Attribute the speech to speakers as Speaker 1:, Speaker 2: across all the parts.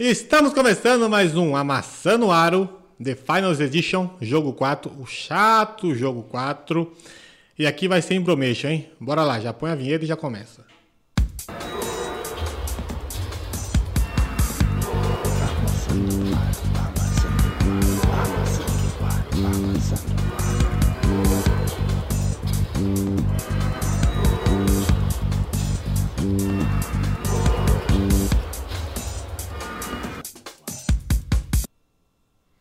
Speaker 1: Estamos começando mais um Amassando o Aro, The Finals Edition, jogo 4, o chato jogo 4. E aqui vai ser em Bromeixo, hein? Bora lá, já põe a vinheta e já começa.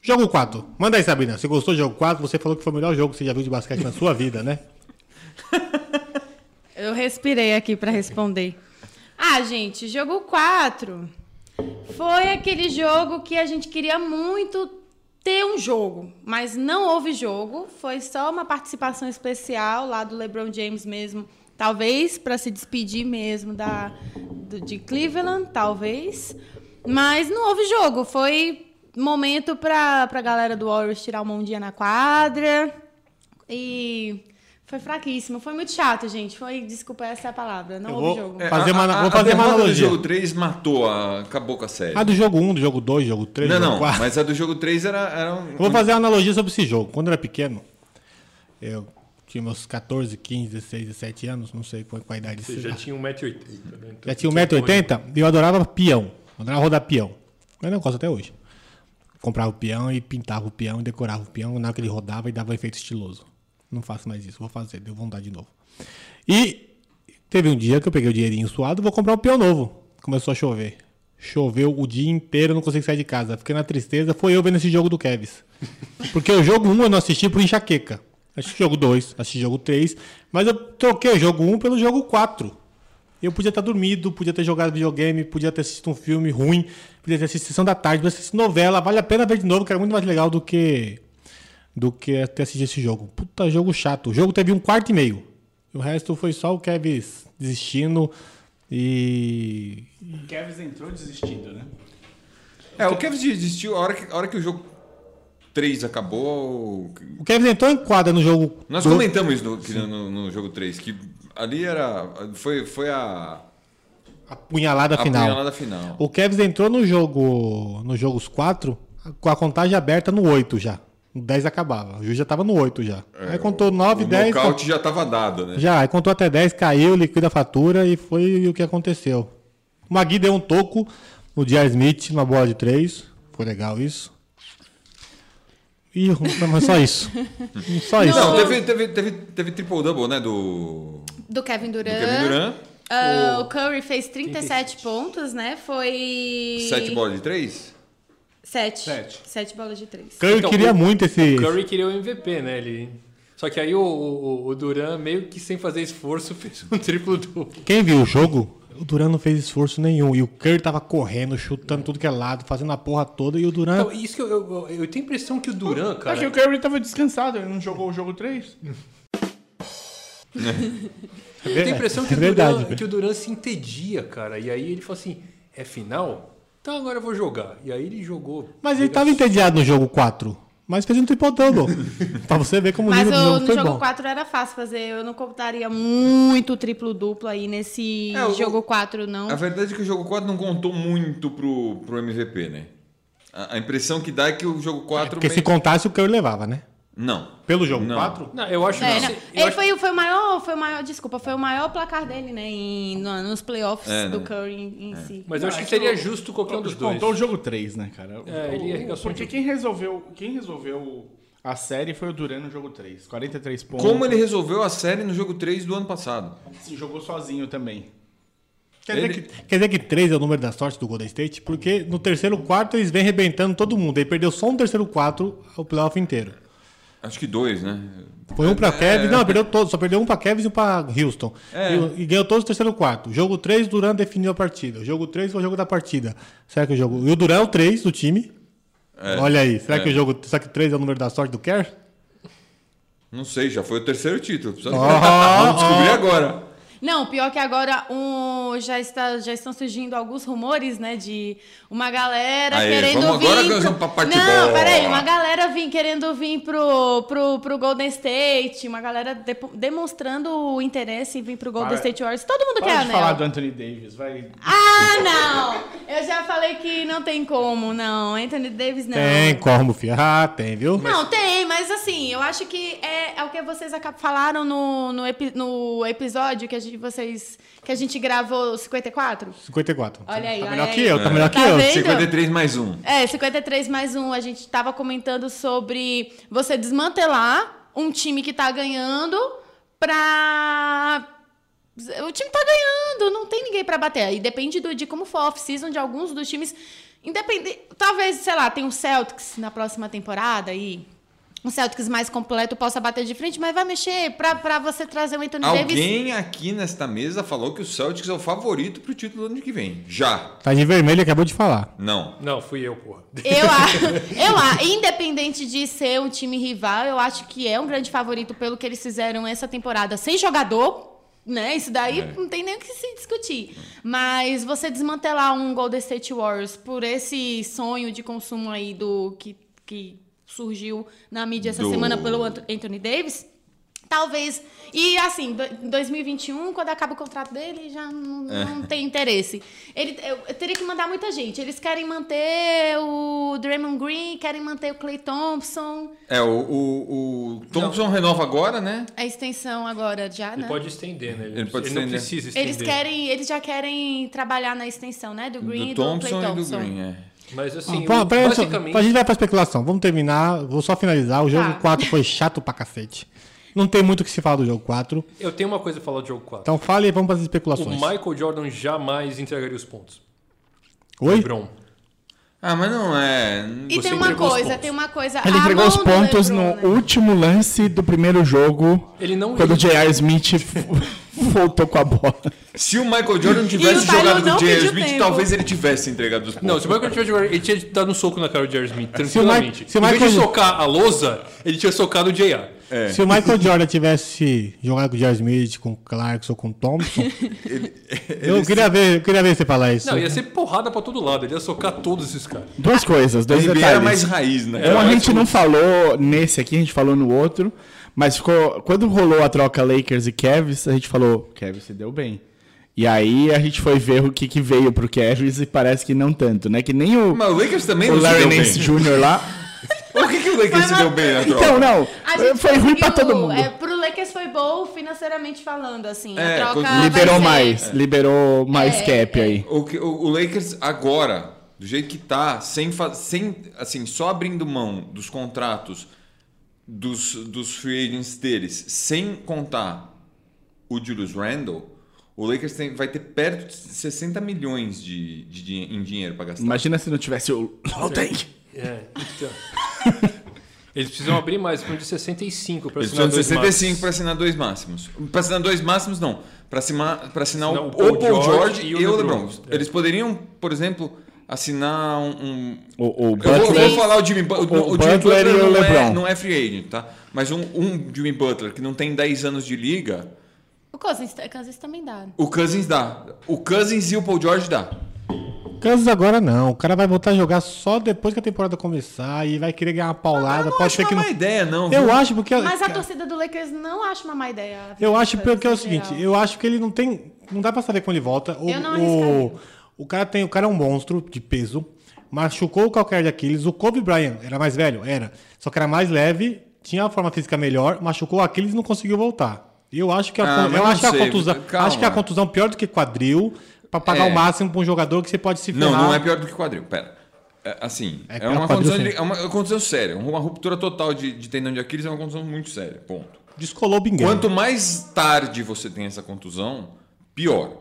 Speaker 1: Jogo 4. Manda aí, Sabrina. Você gostou do jogo 4? Você falou que foi o melhor jogo que você já viu de basquete na sua vida, né?
Speaker 2: Eu respirei aqui para responder. Ah, gente, jogo 4 foi aquele jogo que a gente queria muito ter um jogo, mas não houve jogo, foi só uma participação especial lá do LeBron James mesmo, talvez para se despedir mesmo da do- de Cleveland, talvez. Mas não houve jogo, foi momento para a galera do Warriors tirar um bom dia na quadra. E foi fraquíssimo, foi muito chato, gente. Foi, desculpa essa é a palavra, não
Speaker 1: Eu
Speaker 2: houve
Speaker 1: vou-
Speaker 2: jogo.
Speaker 1: É. Fazer uma- vou fazer
Speaker 3: a
Speaker 1: uma
Speaker 3: derrota
Speaker 1: analogia. Ah,
Speaker 3: do jogo 3 matou, a, acabou com a série.
Speaker 1: A do jogo 1, do jogo 2, jogo 3,
Speaker 3: não,
Speaker 1: jogo
Speaker 3: não,
Speaker 1: 4.
Speaker 3: mas a do jogo 3 era, era um...
Speaker 1: Eu vou fazer uma analogia sobre esse jogo. Quando eu era pequeno, eu tinha meus 14, 15, 16, 17 anos, não sei qual, qual a idade.
Speaker 4: Você
Speaker 1: disso.
Speaker 4: já tinha 1,80m, né? Então,
Speaker 1: Já tinha 1,80m e eu adorava peão. Adorava rodar peão. Mas não gosto até hoje. Comprava o peão e pintava o peão e decorava o peão. Na hora que ele rodava e dava um efeito estiloso. Não faço mais isso, vou fazer, deu vontade de novo. E teve um dia que eu peguei o dinheirinho suado, vou comprar um peão novo. Começou a chover. Choveu o dia inteiro, eu não consegui sair de casa. Fiquei na tristeza, foi eu vendo esse jogo do Kevs. Porque o jogo 1 eu não assisti por enxaqueca. Assisti jogo 2, assisti jogo 3, mas eu troquei o jogo 1 pelo jogo 4. Eu podia estar dormido, podia ter jogado videogame, podia ter assistido um filme ruim, podia ter assistido Sessão da Tarde, podia ter assistido novela. Vale a pena ver de novo, que era muito mais legal do que do que ter assistido esse jogo. Puta, jogo chato. O jogo teve um quarto e meio. O resto foi só o Kevs desistindo e...
Speaker 5: Kevs entrou desistindo, né?
Speaker 3: É, o Kevin desistiu, a hora que, a hora que o jogo 3 acabou...
Speaker 1: O Kevs entrou em quadra no jogo...
Speaker 3: Nós
Speaker 1: do-
Speaker 3: comentamos isso no, que- no, no jogo 3, que ali era... Foi, foi a,
Speaker 1: A punhalada
Speaker 3: a
Speaker 1: final.
Speaker 3: punhalada final.
Speaker 1: O Kevs entrou no jogo, nos jogos 4, com a contagem aberta no 8 já. No 10 acabava. O juiz já tava no 8 já. Aí contou 9,
Speaker 3: É, o
Speaker 1: 10...
Speaker 3: nocaute já tava dado, né?
Speaker 1: Já, aí contou até 10, caiu, liquida a fatura e foi o que aconteceu. O Magui deu um toco no J.R. Smith, numa bola de 3. Foi legal isso. Ih, mas só isso. Só isso.
Speaker 2: Não.
Speaker 3: Não, teve, teve, teve, teve triple-double, né, do,
Speaker 2: Do Kevin
Speaker 3: do
Speaker 2: Durant.
Speaker 3: Kevin Durant.
Speaker 2: Ah, o Curry fez 37 pontos, né? Foi.
Speaker 3: 7 bolas de 3.
Speaker 2: 7.
Speaker 5: Sete.
Speaker 2: 7 bolas de 3.
Speaker 1: Curry
Speaker 4: Então,
Speaker 1: queria
Speaker 4: o-
Speaker 1: muito esse.
Speaker 4: O Curry queria o MVP, né? Ele... Só que aí o, o, o Duran, meio que sem fazer esforço, fez um triplo duplo.
Speaker 1: Quem viu o jogo, o Duran não fez esforço nenhum. E o Curry tava correndo, chutando tudo que é lado, fazendo a porra toda. E o Duran.
Speaker 4: Então, isso que eu, eu, eu tenho a impressão que o Duran,
Speaker 6: Tá
Speaker 5: Só que o
Speaker 4: cara.
Speaker 5: Curry tava descansado, ele não jogou o jogo 3.
Speaker 4: Eu tenho a impressão que,
Speaker 1: é
Speaker 4: o
Speaker 1: verdade.
Speaker 4: Duran, que o Duran se entedia, cara. E aí ele falou assim: é final? Tá, agora eu vou jogar. E aí ele jogou.
Speaker 1: Mas ele tava entediado no jogo 4. Mas fez um triple double. pra você ver como o
Speaker 2: Mas
Speaker 1: nível do
Speaker 2: o,
Speaker 1: jogo
Speaker 2: no
Speaker 1: foi
Speaker 2: jogo
Speaker 1: bom.
Speaker 2: 4 era fácil fazer. Eu não contaria muito triplo-duplo aí nesse
Speaker 3: É, o-
Speaker 2: jogo 4, não.
Speaker 3: A verdade é que o jogo 4 não contou muito pro, pro MVP, né? A, a impressão que dá é que o jogo 4.
Speaker 1: Porque se contasse, o Curry levava, né?
Speaker 3: Não.
Speaker 1: Pelo jogo
Speaker 3: Não.
Speaker 1: 4?
Speaker 4: Não, eu acho
Speaker 2: É,
Speaker 4: que.
Speaker 2: não.
Speaker 4: eu
Speaker 2: Ele
Speaker 4: acho-
Speaker 2: foi, foi o maior, foi o maior, desculpa, foi o maior placar dele, né? em- no- nos playoffs
Speaker 3: É,
Speaker 2: do
Speaker 3: né?
Speaker 2: Curry em, em si.
Speaker 4: Mas eu acho que seria justo qualquer um dos dois.
Speaker 5: Contou o jogo 3, né, cara?
Speaker 4: É, ele
Speaker 5: O- o-
Speaker 4: arregaçou
Speaker 5: Porque
Speaker 4: tudo.
Speaker 5: quem resolveu, quem resolveu a série foi o Duran no jogo 3. 43 pontos.
Speaker 3: Como ele resolveu a série no jogo 3 do ano passado?
Speaker 5: Se jogou sozinho também.
Speaker 1: Quer dizer,
Speaker 3: Ele-
Speaker 1: que, quer dizer que 3 é o número da sorte do Golden State? Porque no terceiro quarto eles vêm arrebentando todo mundo. Aí perdeu só um terceiro quarto o playoff inteiro.
Speaker 3: Acho que dois, né?
Speaker 1: Foi um pra Kevin,
Speaker 3: é.
Speaker 1: não, perdeu todos, só perdeu um pra Kevin e um pra Houston.
Speaker 3: É.
Speaker 1: E, o- e ganhou todos o terceiro quarto. Jogo 3, Duran definiu a partida. O jogo 3 foi o jogo da partida. Será que o jogo. E o Duran é o 3 do time.
Speaker 3: É.
Speaker 1: Olha aí, será
Speaker 3: É.
Speaker 1: que o jogo. Será que 3 é o número da sorte do Kerr?
Speaker 3: Não sei, já foi o terceiro título. Precisa...
Speaker 1: Ó,
Speaker 3: Vamos descobrir agora.
Speaker 2: Não, pior que agora um, já, está, já estão surgindo alguns rumores, né? De uma galera
Speaker 3: Aí,
Speaker 2: querendo
Speaker 3: vamos
Speaker 2: vir.
Speaker 3: agora que
Speaker 2: pro-
Speaker 3: nós vamos pra parte
Speaker 2: Não,
Speaker 3: boa.
Speaker 2: peraí, uma galera vim, querendo vir pro, pro, pro Golden State, uma galera depo- demonstrando o interesse em vir pro Golden
Speaker 5: Para-
Speaker 2: State Warriors. Todo mundo
Speaker 5: Para
Speaker 2: quer
Speaker 5: de
Speaker 2: anel.
Speaker 5: falar do Anthony Davis, vai.
Speaker 2: Ah, não! Eu já falei que não tem como, não. Anthony Davis, não.
Speaker 1: Tem como, filho. Ah, tem, viu?
Speaker 2: Não, tem, mas assim, eu acho que é, é o que vocês aca- falaram no, no, epi- no episódio que a gente, vocês, que a gente gravou 54.
Speaker 1: 54.
Speaker 2: Olha aí,
Speaker 1: Tá
Speaker 2: olha
Speaker 1: melhor
Speaker 2: aí.
Speaker 1: que eu, tá
Speaker 3: É.
Speaker 1: melhor que
Speaker 2: Tá
Speaker 1: eu.
Speaker 2: vendo?
Speaker 3: 53 mais um.
Speaker 2: É, 53 mais um, a gente tava comentando sobre você desmantelar um time que tá ganhando pra. O time tá ganhando, não tem ninguém pra bater. Aí depende do- de como for a off-season de alguns dos times. Independe... Talvez, sei lá, tem um Celtics na próxima temporada e um Celtics mais completo possa bater de frente, mas vai mexer pra, pra você trazer o Anthony Davis.
Speaker 3: Alguém aqui nesta mesa falou que o Celtics é o favorito pro título do ano que vem. Já.
Speaker 1: Tá de vermelho, acabou de falar.
Speaker 3: Não.
Speaker 4: Não, fui eu, porra.
Speaker 2: Eu, a- eu, a- independente de ser um time rival, eu acho que é um grande favorito pelo que eles fizeram essa temporada sem jogador. Né? Isso daí
Speaker 3: É.
Speaker 2: não tem nem o que se discutir. Mas você desmantelar um Golden State Warriors por esse sonho de consumo aí do que, que surgiu na mídia essa
Speaker 3: Do-
Speaker 2: semana pelo Ant- Anthony Davis, talvez. E assim, do- em 2021, quando acaba o contrato dele, já não, não tem interesse. Ele, eu, eu teria que mandar muita gente. Eles querem manter o Draymond Green, querem manter o Clay Thompson.
Speaker 3: É, o, o, o Thompson renova agora, né?
Speaker 2: A extensão agora já,
Speaker 4: Ele
Speaker 2: né?
Speaker 4: pode estender, né? Ele,
Speaker 3: Ele pode
Speaker 4: ele não
Speaker 3: estender.
Speaker 4: precisa estender.
Speaker 2: Eles querem, eles já querem trabalhar na extensão, né? Do Green e do,
Speaker 3: do
Speaker 2: Clay
Speaker 3: Thompson e do
Speaker 2: Thompson.
Speaker 3: Green, é.
Speaker 4: Mas assim,
Speaker 1: Ah, pra-
Speaker 4: o-
Speaker 1: pra-
Speaker 4: basicamente...
Speaker 1: pra gente vai pra especulação. Vamos terminar, vou só finalizar. O jogo
Speaker 2: Tá.
Speaker 1: 4 foi chato pra cacete. Não tem muito o que se falar do jogo 4.
Speaker 4: Eu tenho uma coisa pra falar do jogo 4.
Speaker 1: Então fale e vamos para as
Speaker 4: o
Speaker 1: especulações.
Speaker 4: Michael Jordan jamais entregaria os pontos.
Speaker 1: Oi?
Speaker 4: LeBron.
Speaker 3: Ah, mas não é.
Speaker 2: E
Speaker 4: Você
Speaker 2: tem uma
Speaker 4: entregou os
Speaker 2: coisa,
Speaker 4: pontos.
Speaker 2: tem uma coisa.
Speaker 6: Ele
Speaker 2: a
Speaker 6: entregou
Speaker 2: mão
Speaker 6: os
Speaker 2: do
Speaker 6: pontos
Speaker 2: LeBron,
Speaker 6: no
Speaker 2: Ah, né?
Speaker 6: último lance do primeiro jogo,
Speaker 4: Ele não...
Speaker 6: quando o J.R. Smith voltou com a bola.
Speaker 3: Se o Michael Jordan tivesse
Speaker 2: Tyler
Speaker 3: jogado com
Speaker 2: não
Speaker 3: o J.R.
Speaker 2: pediu
Speaker 3: Smith,
Speaker 2: tempo.
Speaker 3: talvez ele tivesse entregado os pontos.
Speaker 4: Não, se o Michael tivesse jogado, ele tinha dado um soco na cara do J.R. Smith,
Speaker 1: Se o Ma-
Speaker 4: tranquilamente.
Speaker 1: se o
Speaker 4: Em vez de
Speaker 1: Michael-
Speaker 4: socar a lousa, ele tinha socado o J.R.
Speaker 3: É.
Speaker 1: Se o Michael Jordan tivesse jogado com o Jerry Smith, com o Clarkson, com o Thompson, eu, queria ver, eu queria ver você falar isso.
Speaker 4: Não, ia ser porrada pra todo lado. Ele ia socar todos esses caras.
Speaker 6: Duas coisas,
Speaker 3: O
Speaker 6: dois
Speaker 3: NBA
Speaker 6: detalhes.
Speaker 3: era mais raiz, né?
Speaker 6: Então a
Speaker 3: Era
Speaker 6: gente não falou nesse aqui, a gente falou no outro, mas ficou. Quando rolou a troca Lakers e Cavs, a gente falou, Cavs se deu bem. E aí a gente foi ver o que, que veio pro Cavs e parece que não tanto, né? Que nem o,
Speaker 3: Mas o Lakers também
Speaker 6: o
Speaker 3: não
Speaker 6: Larry
Speaker 3: se deu
Speaker 6: Nance
Speaker 3: bem.
Speaker 6: Jr. lá.
Speaker 3: Por que, que o Lakers se deu bem né, na troca?
Speaker 6: Então, não.
Speaker 2: A gente
Speaker 6: Foi ruim
Speaker 2: conseguiu-
Speaker 6: pra todo mundo.
Speaker 2: É, pro Lakers foi bom financeiramente falando, assim.
Speaker 3: É,
Speaker 2: a troca
Speaker 3: quando-
Speaker 6: Liberou
Speaker 2: vai ser-
Speaker 6: mais, liberou mais
Speaker 2: É,
Speaker 6: cap
Speaker 2: né? é.
Speaker 6: aí.
Speaker 3: O, que- o- o Lakers agora, do jeito que tá, sem, fa- sem assim, só abrindo mão dos contratos dos, dos free agents deles, sem contar o Julius Randle, o Lakers tem- vai ter perto de 60 milhões de, de, dinhe- em dinheiro para gastar.
Speaker 6: Imagina se não tivesse o Tank.
Speaker 4: É, então. Eles precisam abrir mais, precisam de 65 pra
Speaker 3: Eles
Speaker 4: assinar
Speaker 3: precisam de
Speaker 4: dois
Speaker 3: 65 para
Speaker 4: max.
Speaker 3: assinar dois máximos. Para assinar dois máximos, não. Para assinar, pra assinar
Speaker 4: Não,
Speaker 3: o, Paul George, e o LeBron.
Speaker 4: É.
Speaker 3: Eles poderiam, por exemplo, assinar um- um,
Speaker 6: O, o
Speaker 3: Eu vou,
Speaker 6: Butler. é
Speaker 3: vou falar o Jimmy Butler.
Speaker 6: o
Speaker 3: O, Jimmy
Speaker 6: Butler
Speaker 3: Butler,
Speaker 6: e o
Speaker 3: não, é,
Speaker 6: LeBron.
Speaker 3: não é free agent, tá? Mas um, um Jimmy Butler que não tem 10 anos de liga,
Speaker 2: O Cousins, Cousins também dá.
Speaker 3: o Cousins dá. O Cousins e o Paul George dá.
Speaker 1: Kansas agora não. O cara vai voltar a jogar só depois que a temporada começar e vai querer ganhar uma paulada. Ah, Pode ser que
Speaker 3: não
Speaker 1: não.
Speaker 3: é uma ideia, não. viu?
Speaker 1: Eu acho porque.
Speaker 2: Mas a torcida do Lakers não acha uma má ideia.
Speaker 1: Eu acho
Speaker 2: Cousins,
Speaker 1: porque é o
Speaker 2: em
Speaker 1: seguinte,
Speaker 2: geral.
Speaker 1: eu acho que ele não tem. Não dá pra saber quando ele volta. O,
Speaker 2: Eu não
Speaker 1: o,
Speaker 2: arriscaria.
Speaker 1: o cara tem. O cara é um monstro de peso. Machucou o calcanhar de Aquiles. O Kobe Bryant era mais velho? Era. Só que era mais leve, tinha uma forma física melhor, machucou o Aquiles e não conseguiu voltar. Eu acho que a,
Speaker 3: Ah,
Speaker 1: con-
Speaker 3: mas
Speaker 1: eu
Speaker 3: não
Speaker 1: acho que a
Speaker 3: sei,
Speaker 1: contusão.
Speaker 3: calma.
Speaker 1: Acho que a contusão pior do que quadril. Pra pagar
Speaker 3: É.
Speaker 1: o máximo pra um jogador que você pode se
Speaker 3: Não,
Speaker 1: ferrar.
Speaker 3: não é pior do que quadril, pera. É, assim,
Speaker 1: É
Speaker 3: é,
Speaker 1: pior
Speaker 3: uma
Speaker 1: que quadril,
Speaker 3: condição, de,
Speaker 1: sim.
Speaker 3: é uma condição séria. Uma ruptura total de, de tendão de Aquiles é uma condição muito séria, ponto.
Speaker 1: Descolou o bingueiro.
Speaker 3: Quanto mais tarde você tem essa contusão, pior.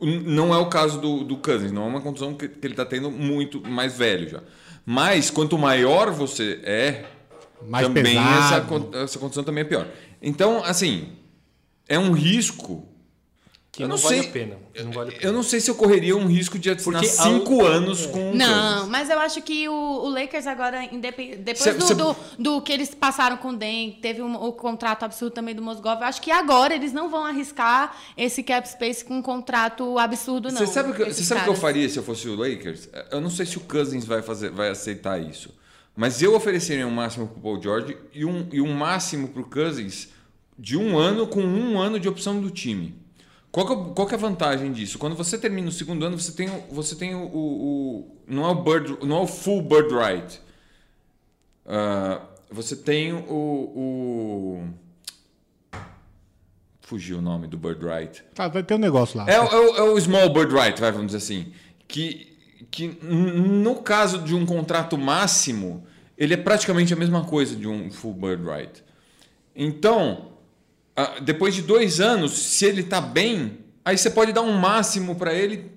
Speaker 3: N- Não é o caso do, do Cousins, não é uma contusão que, que ele está tendo muito mais velho já. Mas quanto maior você é,
Speaker 1: Mais
Speaker 3: também
Speaker 1: pesado.
Speaker 3: essa, con- essa condição também é pior. Então, assim, é um risco
Speaker 4: que
Speaker 3: Eu
Speaker 4: não,
Speaker 3: não
Speaker 4: vale
Speaker 3: sei.
Speaker 4: a pena. Não vale a pena.
Speaker 3: Eu não sei se eu correria um risco de adicionar
Speaker 4: Porque a-
Speaker 3: cinco anos com um
Speaker 2: Não,
Speaker 3: Cousins.
Speaker 2: mas eu acho que o, o Lakers agora, independ- depois
Speaker 3: Cê-
Speaker 2: do,
Speaker 3: cê-
Speaker 2: do, do que eles passaram com o Den, teve um- o contrato absurdo também do Mosgov, eu acho que agora eles não vão arriscar esse cap space com um contrato absurdo, não.
Speaker 3: Você sabe o que, você
Speaker 2: esses
Speaker 3: sabe o que eu
Speaker 2: caras.
Speaker 3: faria se eu fosse o Lakers? Eu não sei se o Cousins vai, fazer, vai aceitar isso. Mas eu ofereceria um máximo pro Paul George e um, e um máximo pro Cousins de um ano com um ano de opção do time. Qual que, é o- qual que é a vantagem disso? Quando você termina o segundo ano, você tem, o- você tem o, o- o- não, é o bird, não é o full bird right. Ah, você tem o, o... Fugiu o nome do bird right.
Speaker 1: Tá, vai ter um negócio lá.
Speaker 3: É, o- é o- é o small bird right, vai, vamos dizer assim. Que, que n- no caso de um contrato máximo, ele é praticamente a mesma coisa de um full bird right. Então, a- depois de dois anos, se ele tá bem, aí você pode dar um máximo para ele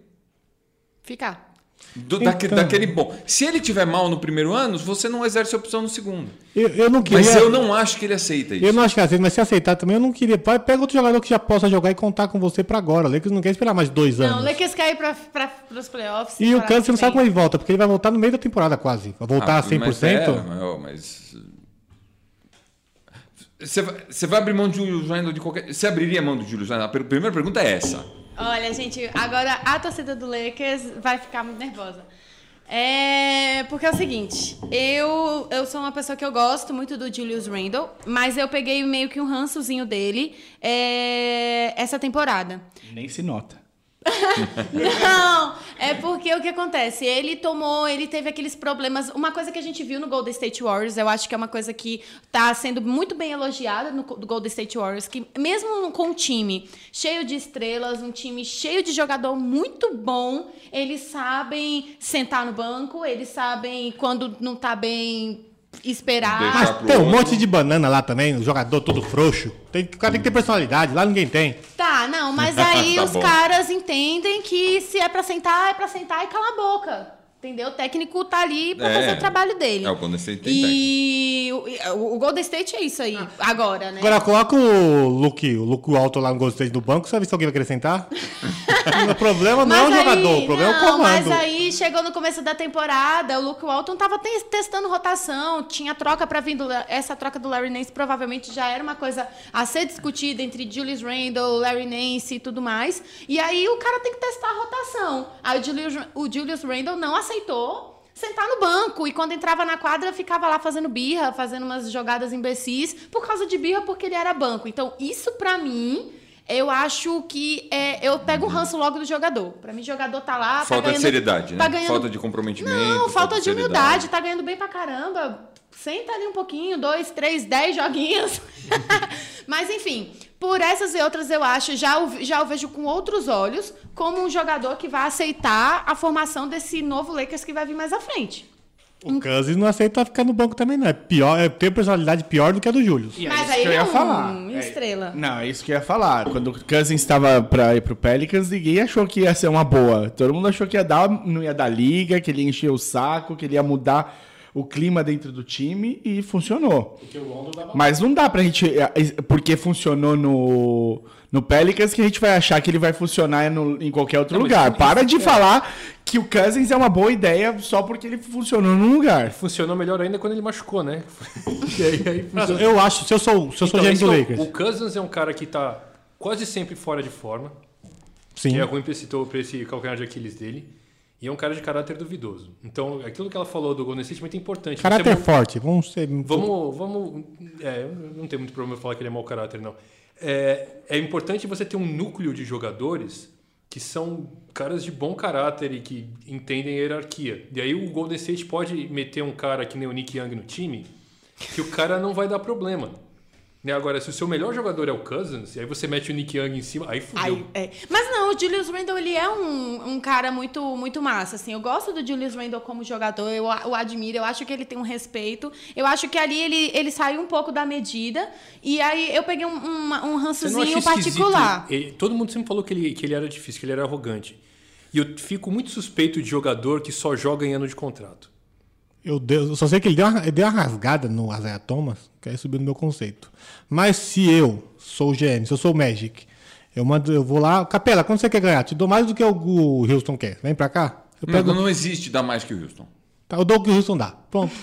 Speaker 2: Ficar.
Speaker 3: do- daque-
Speaker 1: Então.
Speaker 3: daquele bom. Se ele tiver mal no primeiro ano, você não exerce a opção no segundo.
Speaker 1: Eu, eu não queria.
Speaker 3: Mas eu não acho que ele aceita isso.
Speaker 1: é- Eu não acho que aceita, mas se aceitar também, eu não queria. Vai, pega outro jogador que já possa jogar e contar com você pra agora. O Lakers não quer esperar mais dois
Speaker 2: Não, o
Speaker 1: anos.
Speaker 2: Lakers quer ir pra, pra, pros playoffs.
Speaker 1: E o
Speaker 2: temporada
Speaker 1: Kansas
Speaker 2: que
Speaker 1: não sabe como
Speaker 2: vem.
Speaker 1: ele volta, porque ele vai voltar no meio da temporada quase. Vai voltar a
Speaker 3: Ah,
Speaker 1: 100%.
Speaker 3: Mas, é, mas- mas- eh, Você vai- você vai abrir mão do Júlio Randle de qualquer. Você abriria mão do Júlio Randle? A per- primeira pergunta é essa.
Speaker 2: Olha, gente, agora a torcida do Lakers vai ficar muito nervosa. É, porque é o seguinte, eu, eu sou uma pessoa que eu gosto muito do Julius Randle, mas eu peguei meio que um rançozinho dele é, essa temporada.
Speaker 6: Nem se nota.
Speaker 2: Não, é porque o que acontece? Ele tomou, ele teve aqueles problemas. Uma coisa que a gente viu no Golden State Warriors, eu acho que é uma coisa que tá sendo muito bem elogiada no co- do Golden State Warriors, que mesmo com um time cheio de estrelas, um time cheio de jogador muito bom, eles sabem sentar no banco, eles sabem quando não tá bem esperar.
Speaker 3: Deixar
Speaker 1: Mas
Speaker 3: pro
Speaker 1: tem um
Speaker 3: outro.
Speaker 1: monte de banana lá também, o jogador todo frouxo. Tem, o cara tem que ter personalidade, lá ninguém tem.
Speaker 2: Tá, não, mas aí
Speaker 3: Tá
Speaker 2: os
Speaker 3: bom.
Speaker 2: caras entendem que se é pra sentar, é pra sentar e cala a boca. Entendeu? O técnico tá ali pra
Speaker 3: É.
Speaker 2: fazer o trabalho dele.
Speaker 3: É, o Golden State tem
Speaker 2: E o, o Golden State é isso aí,
Speaker 1: Ah.
Speaker 2: agora, né?
Speaker 1: Agora coloca o Luke, o Luke Alto lá no Golden State do banco, você vai ver se alguém vai acrescentar. o problema não é o
Speaker 2: Mas aí-
Speaker 1: jogador, o problema é o
Speaker 2: não,
Speaker 1: comando.
Speaker 2: Mas aí chegou no começo da temporada, o Luke Walton tava te- testando rotação, tinha troca pra vir do, La- essa troca do Larry Nance provavelmente já era uma coisa a ser discutida entre Julius Randle, Larry Nance e tudo mais. E aí o cara tem que testar a rotação. Aí o Julius, o Julius Randle não aceitou sentar no banco e quando entrava na quadra ficava lá fazendo birra, fazendo umas jogadas imbecis por causa de birra porque ele era banco. Então, isso pra mim eu acho que é, eu pego um ranço logo do jogador. Pra mim, jogador tá lá.
Speaker 3: Falta
Speaker 2: tá ganhando,
Speaker 3: de seriedade, né?
Speaker 2: tá ganhando-
Speaker 3: Falta de comprometimento.
Speaker 2: Não, falta de
Speaker 3: seriedade.
Speaker 2: humildade. Tá ganhando bem pra caramba. Senta ali um pouquinho, dois, três, dez joguinhos. Mas enfim, por essas e outras eu acho, já o, já o vejo com outros olhos, como um jogador que vai aceitar a formação desse novo Lakers que vai vir mais à frente.
Speaker 1: O Kansas não aceita ficar no banco também, não. É pior, é, tem personalidade pior do que a do Júlio.
Speaker 6: E é
Speaker 2: Mas
Speaker 6: isso
Speaker 2: aí
Speaker 6: que eu
Speaker 2: ele
Speaker 6: ia
Speaker 2: é um
Speaker 6: falar.
Speaker 2: estrela.
Speaker 6: É, não, é isso que eu ia falar. Quando o Cousins estava pra ir pro Pelicans, ninguém achou que ia ser uma boa. Todo mundo achou que ia dar, não ia dar liga, que ele ia encher o saco, que ele ia mudar o clima dentro do time e funcionou. Mas não dá pra gente. é, é, Porque funcionou no, no Pelicans que a gente vai achar que ele vai funcionar no- em qualquer outro lugar. Para de falar que o Cousins é uma boa ideia só porque ele funcionou num lugar.
Speaker 4: Funcionou melhor ainda quando ele machucou, né? e aí, aí
Speaker 1: Nossa,
Speaker 4: funcionou.
Speaker 1: Eu acho, se eu sou, se eu sou
Speaker 4: Então,
Speaker 1: gerente
Speaker 4: esse
Speaker 1: do
Speaker 4: é o-
Speaker 1: Lakers.
Speaker 4: O Cousins é um cara que tá quase sempre fora de forma.
Speaker 1: sim.
Speaker 4: Que é ruim pra esse, to- pra esse calcanhar de Aquiles dele. E é um cara de caráter duvidoso. Então, aquilo que ela falou do Golden State é muito importante. Você
Speaker 1: Caráter
Speaker 4: mo-
Speaker 1: forte, vamos ser.
Speaker 4: Vamos, vamos. É, eu não tem muito problema eu falar que ele é mau caráter, não. É, é importante você ter um núcleo de jogadores que são caras de bom caráter e que entendem a hierarquia. E aí o Golden State pode meter um cara que nem o Nick Young no time, que o cara não vai dar problema. Né? Agora, se o seu melhor jogador é o Cousins, e aí você mete o Nick Young em cima, aí fudeu.
Speaker 2: Aí, é. Mas não, o Julius Randle, ele é um, um cara muito, muito massa, assim. Eu gosto do Julius Randle como jogador, eu a- o admiro, eu acho que ele tem um respeito. Eu acho que ali ele, ele saiu um pouco da medida. E aí eu peguei um, uma- um
Speaker 4: Você não acha
Speaker 2: rançozinho
Speaker 4: esquisito?
Speaker 2: particular.
Speaker 4: Ele- todo mundo sempre falou que ele, que ele era difícil, que ele era arrogante. E eu fico muito suspeito de jogador que só joga em ano de contrato.
Speaker 1: Eu, deu- eu só sei que ele deu uma, ele deu uma rasgada no Isaiah Thomas, que aí subiu no meu conceito. Mas se eu sou o GM, se eu sou o Magic, Eu mando, eu vou lá, Capela, quanto você quer ganhar? Te dou mais do que o- o Houston quer. Vem pra cá. Eu
Speaker 3: Não,
Speaker 4: Uhum.
Speaker 1: pego,
Speaker 3: não existe dar mais que o Houston.
Speaker 1: tá, eu dou o que o Houston dá. Pronto.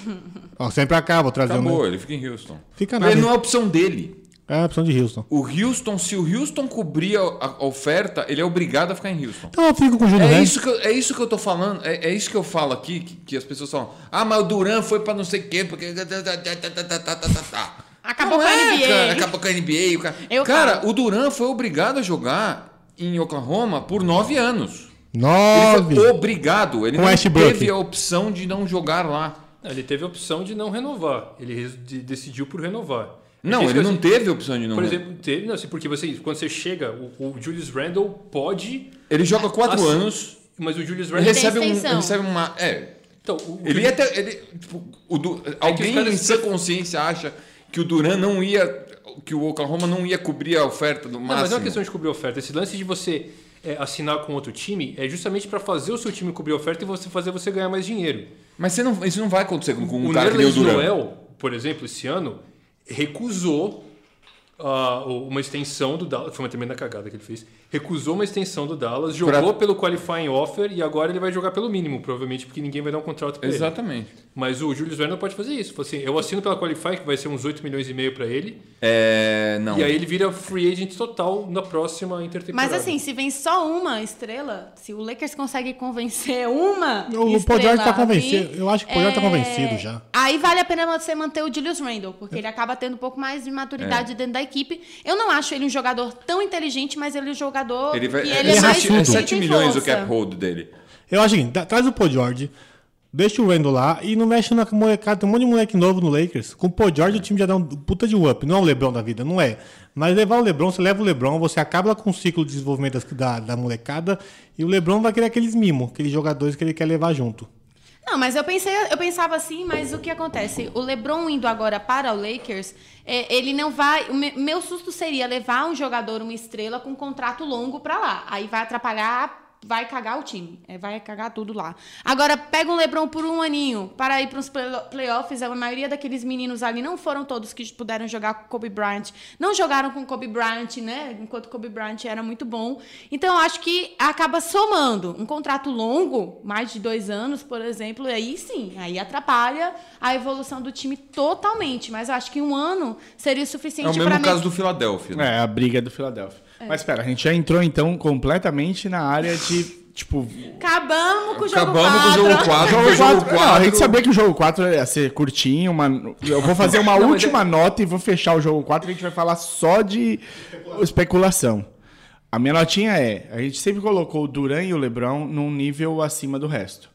Speaker 1: Ó, você vem pra cá, vou trazer
Speaker 3: Acabou,
Speaker 1: um.
Speaker 3: ele fica em Houston.
Speaker 1: Fica nada.
Speaker 3: Ele não é opção dele.
Speaker 1: É a opção de Houston.
Speaker 3: O Houston, se o Houston cobrir a, a oferta, ele é obrigado a ficar em Houston.
Speaker 1: Então eu fico com o Júlio
Speaker 3: É
Speaker 1: Randle.
Speaker 3: isso, que eu, é isso que eu tô falando, é, é isso que eu falo aqui, que, que as pessoas falam, ah, mas o Duran foi pra não sei o quê, porque. tá,
Speaker 2: Acabou
Speaker 3: Não
Speaker 2: com a
Speaker 3: é,
Speaker 2: NBA.
Speaker 3: Cara, acabou com a NBA. O cara,
Speaker 2: Eu
Speaker 3: Cara,
Speaker 2: falo.
Speaker 3: o Duran foi obrigado a jogar em Oklahoma por nove anos. Ele foi
Speaker 4: é
Speaker 1: Nove.
Speaker 3: obrigado, ele
Speaker 1: Com
Speaker 3: não
Speaker 1: Westbrook.
Speaker 3: teve a opção de não jogar lá.
Speaker 4: Ah, Ele teve a opção de não renovar. Ele res- de- decidiu por renovar. É
Speaker 3: Não,
Speaker 4: isso que
Speaker 3: ele
Speaker 4: eu
Speaker 3: não
Speaker 4: sei-
Speaker 3: teve né? a opção de não
Speaker 4: Por exemplo, teve, não, assim, porque você, quando você chega, o, o Julius Randle pode.
Speaker 3: Ele joga quatro
Speaker 4: Assim,
Speaker 3: anos,
Speaker 4: Mas o Julius
Speaker 3: ele
Speaker 4: Randle.
Speaker 2: tem
Speaker 3: recebe, um,
Speaker 2: extensão.
Speaker 3: ele recebe uma. É,
Speaker 4: Então, o,
Speaker 3: Ele ia até. Ele, tipo, o Du- alguém
Speaker 4: caras-
Speaker 3: em sã consciência acha que o Duran não ia. que o Oklahoma não ia cobrir a oferta do máximo.
Speaker 4: Não, mas não é uma questão de cobrir oferta. Esse lance de você é, assinar com outro time é justamente para fazer o seu time cobrir oferta e você fazer você ganhar mais dinheiro.
Speaker 3: Mas você não, isso não vai acontecer com, com um
Speaker 4: o
Speaker 3: cara que nem o
Speaker 4: Nerlens
Speaker 3: Duran.
Speaker 4: Noel, por exemplo, esse ano, recusou ah, o- uma extensão do Dallas. Foi uma tremenda cagada que ele fez. Recusou uma extensão do Dallas, jogou pelo qualifying offer e agora ele vai jogar pelo mínimo, provavelmente, porque ninguém vai dar um contrato para ele.
Speaker 3: Exatamente.
Speaker 4: Mas o Julius Randle pode fazer isso. Fala Assim, eu assino pela Qualify, que vai ser uns 8 milhões e meio para ele.
Speaker 3: É. Não.
Speaker 4: E aí ele vira free agent total na próxima intertemporada.
Speaker 2: Mas assim, se vem só uma estrela, se o Lakers consegue convencer uma
Speaker 1: O
Speaker 2: estrela
Speaker 1: Podrive tá
Speaker 2: a vir,
Speaker 1: convencido. Eu acho que o Podrive tá convencido já. É.
Speaker 2: Aí vale a pena você manter o Julius Randle, porque ele acaba tendo um pouco mais de
Speaker 3: É.
Speaker 2: maturidade dentro da equipe. Eu não acho ele um jogador tão inteligente, mas ele é um jogador
Speaker 3: Ele vai.
Speaker 2: que
Speaker 3: É,
Speaker 2: ele é,
Speaker 1: é
Speaker 2: mais
Speaker 1: sete- é
Speaker 2: bonito
Speaker 1: sete
Speaker 3: 7
Speaker 2: em
Speaker 3: milhões o
Speaker 2: força.
Speaker 3: cap hold dele.
Speaker 1: Eu acho o seguinte, tra- traz o Paul George, deixa o Randall lá e não mexe na molecada. Tem um monte de moleque novo no Lakers. Com o Paul George o time já dá um puta de um up. Não é o LeBron da vida, não é. Mas levar o LeBron, você leva o LeBron, você acaba com o ciclo de desenvolvimento das- da, da molecada e o LeBron vai querer aqueles mimos, aqueles jogadores que ele quer levar junto.
Speaker 2: Não, mas eu pensei, eu pensava assim, mas o que acontece? O LeBron indo agora para o Lakers, é, ele não vai. O me- meu susto seria levar um jogador, uma estrela, com um contrato longo para lá. Aí vai atrapalhar, vai cagar o time, é, vai cagar tudo lá. Agora pega um LeBron por um aninho para ir para os playoffs. A maioria daqueles meninos ali não foram todos que puderam jogar com Kobe Bryant, não jogaram com Kobe Bryant, né? Enquanto Kobe Bryant era muito bom. Então eu acho que acaba somando um contrato longo, mais de dois anos, por exemplo, e aí sim, aí atrapalha a evolução do time totalmente. Mas eu acho que um ano seria o
Speaker 3: É o
Speaker 2: suficiente para
Speaker 3: mesmo caso do Philadelphia. né?
Speaker 6: É, a briga do Philadelphia. Mas pera, a gente já entrou então completamente na área de, tipo.
Speaker 2: Acabamos com o jogo
Speaker 3: Acabamos com o jogo
Speaker 4: Ah,
Speaker 2: 4.
Speaker 3: 4.
Speaker 6: Jogo 4. a gente sabia que o jogo 4 ia ser curtinho, uma... eu vou fazer uma
Speaker 4: Não, mas é-
Speaker 6: última nota e vou fechar o jogo 4 e a gente vai falar só de especulação. A minha notinha é: a gente sempre colocou o Duran e o Lebron num nível acima do resto.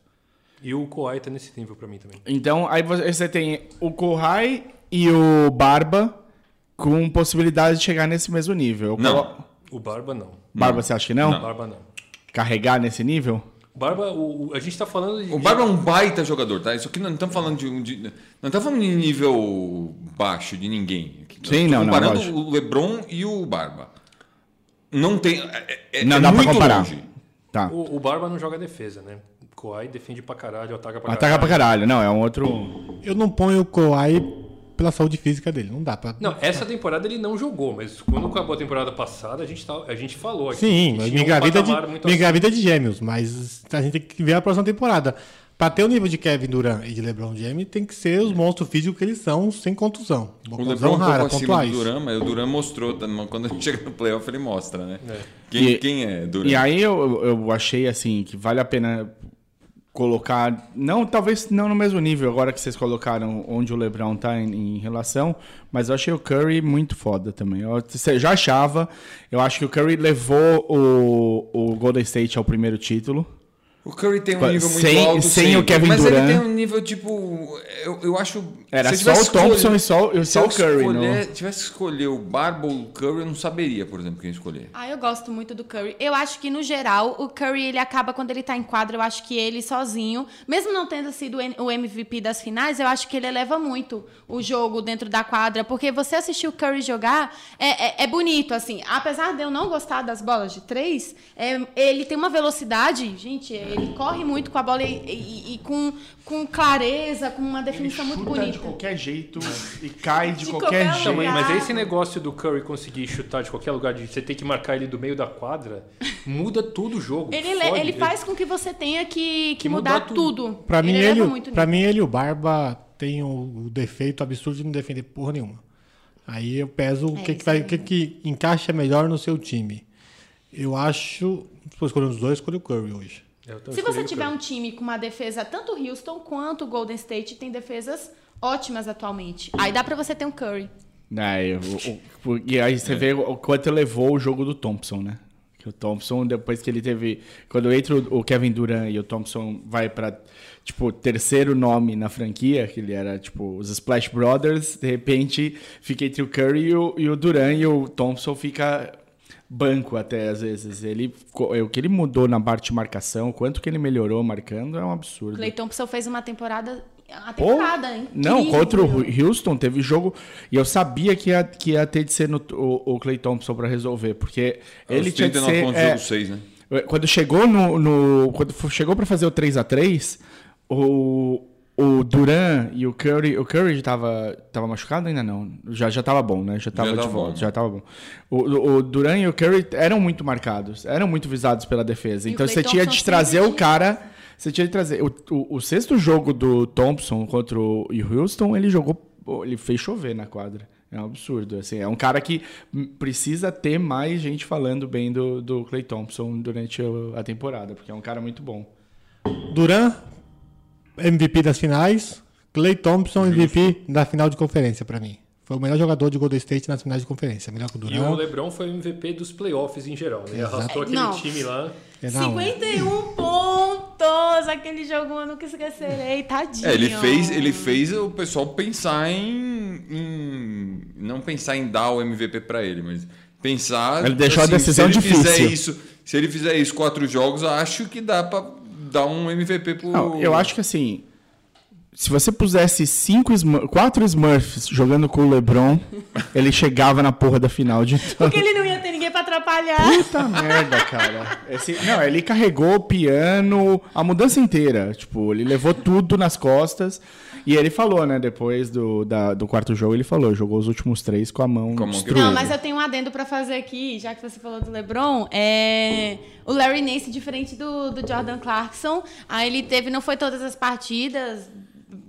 Speaker 4: E o Kawhi tá nesse nível para mim também.
Speaker 6: Então, aí você você tem o Kohai e o Barba com possibilidade de chegar nesse mesmo nível. Eu
Speaker 3: Não.
Speaker 6: colo-
Speaker 4: O Barba não.
Speaker 6: Barba, você acha que
Speaker 4: O Barba não.
Speaker 6: Carregar nesse nível?
Speaker 4: O Barba, o, o- a gente tá falando de.
Speaker 3: O Barba é um baita jogador, tá? Isso aqui não estamos falando de, um- de não estamos falando de nível baixo de ninguém. Aqui, nós
Speaker 6: Sim,
Speaker 3: estamos
Speaker 6: não, não,
Speaker 3: Comparando
Speaker 6: lógico.
Speaker 3: o LeBron e o Barba. Não tem, é, é-
Speaker 6: não
Speaker 3: é
Speaker 6: dá pra
Speaker 3: muito
Speaker 6: comparar.
Speaker 3: longe.
Speaker 6: Tá.
Speaker 4: O, o Barba não joga defesa, né? O Kawhi defende pra caralho, ataca pra
Speaker 6: Ataca pra
Speaker 4: caralho.
Speaker 6: caralho. Não, é um outro.
Speaker 1: Eu não ponho o Kawhi pela saúde física dele, não dá pra...
Speaker 4: Não, essa temporada ele não jogou, mas quando acabou a temporada passada, a gente, tá, a gente falou aqui.
Speaker 1: Sim,
Speaker 4: que
Speaker 1: mas
Speaker 4: tinha
Speaker 1: me
Speaker 4: um
Speaker 1: engravida, de,
Speaker 4: patamar muito
Speaker 1: me
Speaker 4: acima.
Speaker 1: engravida de gêmeos, mas a gente tem que ver a próxima temporada. Pra ter o nível de Kevin Durant e de LeBron James, tem que ser os monstros físicos que eles são, sem contusão. Uma
Speaker 3: É. O
Speaker 1: contusão
Speaker 3: LeBron um
Speaker 1: rara,
Speaker 3: pouco acima
Speaker 1: pontuais.
Speaker 3: do Duran, mas o Duran mostrou, tá? quando ele chega no playoff ele mostra, né? Quem,
Speaker 6: E-
Speaker 3: quem é Duran?
Speaker 6: E aí eu, eu achei, assim, que vale a pena colocar. Não, talvez não no mesmo nível agora que vocês colocaram onde o Lebron tá em, em relação, mas eu achei o Curry muito foda também. Eu você já achava. Eu acho que o Curry levou o, o Golden State ao primeiro título.
Speaker 3: O Curry tem um
Speaker 6: Sem-
Speaker 3: nível muito
Speaker 6: sem
Speaker 3: alto
Speaker 6: o
Speaker 3: sempre,
Speaker 6: Kevin
Speaker 3: mas
Speaker 6: Durant.
Speaker 3: ele tem um nível tipo, eu, eu acho.
Speaker 6: Era
Speaker 3: se eu
Speaker 6: só o
Speaker 3: tivesse escolher-
Speaker 6: Thompson e só, e
Speaker 3: Se
Speaker 6: só
Speaker 3: eu
Speaker 6: o Curry. no-
Speaker 3: escolher, tivesse que escolher o Barba ou o Curry, eu não saberia, por exemplo, quem escolher.
Speaker 2: Ah, eu gosto muito do Curry. Eu acho que, no geral, o Curry, ele acaba quando ele tá em quadra. Eu acho que ele sozinho, mesmo não tendo sido en- o MVP das finais, eu acho que ele eleva muito o jogo dentro da quadra. Porque você assistir o Curry jogar é, é- é bonito, assim. Apesar de eu não gostar das bolas de três, é, ele tem uma velocidade, gente, é Ele corre muito com a bola e, e- e com, com clareza, com uma
Speaker 5: Ele
Speaker 2: definição
Speaker 5: chuta
Speaker 2: muito
Speaker 5: de
Speaker 2: bonita.
Speaker 5: qualquer jeito e cai de,
Speaker 2: De
Speaker 5: qualquer,
Speaker 1: é
Speaker 2: qualquer
Speaker 5: jeito.
Speaker 4: Não, mas, mas
Speaker 2: Obrigado.
Speaker 4: esse negócio do Curry conseguir chutar de qualquer lugar, de você ter que marcar ele do meio da quadra, muda todo o jogo.
Speaker 2: Ele,
Speaker 4: fode.
Speaker 2: le- ele faz com que você tenha que, que,
Speaker 4: Que mudar
Speaker 2: mudar,
Speaker 4: tudo.
Speaker 2: tudo.
Speaker 1: Pra mim, ele,
Speaker 2: leva muito
Speaker 1: pra
Speaker 2: nisso.
Speaker 1: mim, ele e o Barba tem o, o defeito absurdo de não defender porra nenhuma. Aí eu peso
Speaker 2: É,
Speaker 1: o que, que, vai, o que, que encaixa melhor no seu time. Eu acho. Se for escolher um dos dois, escolho o Curry hoje.
Speaker 4: Eu
Speaker 6: Então,
Speaker 4: também
Speaker 2: Se você
Speaker 4: escolhi o
Speaker 2: tiver
Speaker 4: Curry.
Speaker 2: um time com uma defesa, tanto o Houston quanto o Golden State tem defesas ótimas atualmente. Aí dá pra você ter um Curry.
Speaker 6: Aí, É, o- o- o- e aí você vê o quanto levou o jogo do Thompson, né? Que o Thompson, depois que ele teve. Quando entra o o Kevin Durant e o Thompson vai pra, tipo, terceiro nome na franquia, que ele era, tipo, os Splash Brothers, de repente fica entre o Curry e o, e o Durant e o Thompson fica banco até às vezes. Ele, co- é o que ele mudou na parte de marcação, o quanto que ele melhorou marcando é um absurdo.
Speaker 2: Clay Thompson fez uma temporada. A
Speaker 6: Pô,
Speaker 2: temporada, hein?
Speaker 6: Não, contra o Houston teve jogo. E eu sabia que ia, que ia ter de ser no- o, o Clay Thompson pra resolver. Porque ele
Speaker 3: Os
Speaker 6: tinha que
Speaker 3: 39
Speaker 6: ser.
Speaker 3: pontos
Speaker 6: é,
Speaker 3: jogo 6, né?
Speaker 6: quando chegou no, no- quando fo- chegou para fazer o 3 a 3, o o Duran e o Curry, o Curry tava tava machucado ainda não, já já tava bom, né? Já tava
Speaker 3: tava
Speaker 6: de volta,
Speaker 3: bom.
Speaker 6: já tava bom. O, o- o Duran e o Curry eram muito marcados, eram muito visados pela defesa.
Speaker 2: E o
Speaker 6: então
Speaker 2: Klay
Speaker 6: você tinha
Speaker 2: Thompson
Speaker 6: de trazer o
Speaker 2: sempre
Speaker 6: cara, você tinha de trazer o, o- o sexto jogo do Thompson contra o Houston, ele jogou, ele fez chover na quadra. É um absurdo, assim. É um cara que hum, precisa ter mais gente falando bem do, do Clay Thompson durante o- a temporada, porque é um cara muito bom.
Speaker 1: Duran, MVP das finais. Clay Thompson, MVP da final de conferência, pra mim. Foi o melhor jogador de Golden State nas finais de conferência. Melhor que o
Speaker 4: E o
Speaker 1: Duran.
Speaker 4: LeBron foi o MVP dos playoffs em geral, né? Ele arrastou
Speaker 2: É,
Speaker 4: aquele
Speaker 2: não.
Speaker 4: time lá.
Speaker 1: Enorme.
Speaker 2: 51 pontos! Aquele jogo eu nunca esquecerei, tadinho.
Speaker 3: É, ele fez, ele fez o pessoal pensar em, em- Não pensar em dar o MVP pra ele, mas pensar. assim,
Speaker 6: Ele deixou a decisão
Speaker 3: se ele
Speaker 6: difícil.
Speaker 3: Fizer isso, se ele fizer isso quatro jogos, eu acho que dá pra dar um MVP pro.
Speaker 6: Não, eu acho que assim, se você pusesse cinco Smur- quatro Smurfs jogando com o LeBron, ele chegava na porra da final de
Speaker 2: Porque ele não ia ter ninguém pra atrapalhar.
Speaker 6: Puta merda, cara. Esse- não, ele carregou o piano, a mudança inteira. Tipo, ele levou tudo nas costas. E ele falou, né? Depois do, da- do quarto jogo, ele falou: jogou os últimos três com a mão.
Speaker 3: Com a mão
Speaker 6: destruída.
Speaker 3: quebrada.
Speaker 2: Não, mas eu tenho um adendo pra fazer aqui, já que você falou do LeBron. É... O Larry Nance, diferente do, do Jordan Clarkson, aí ele teve, não foi todas as partidas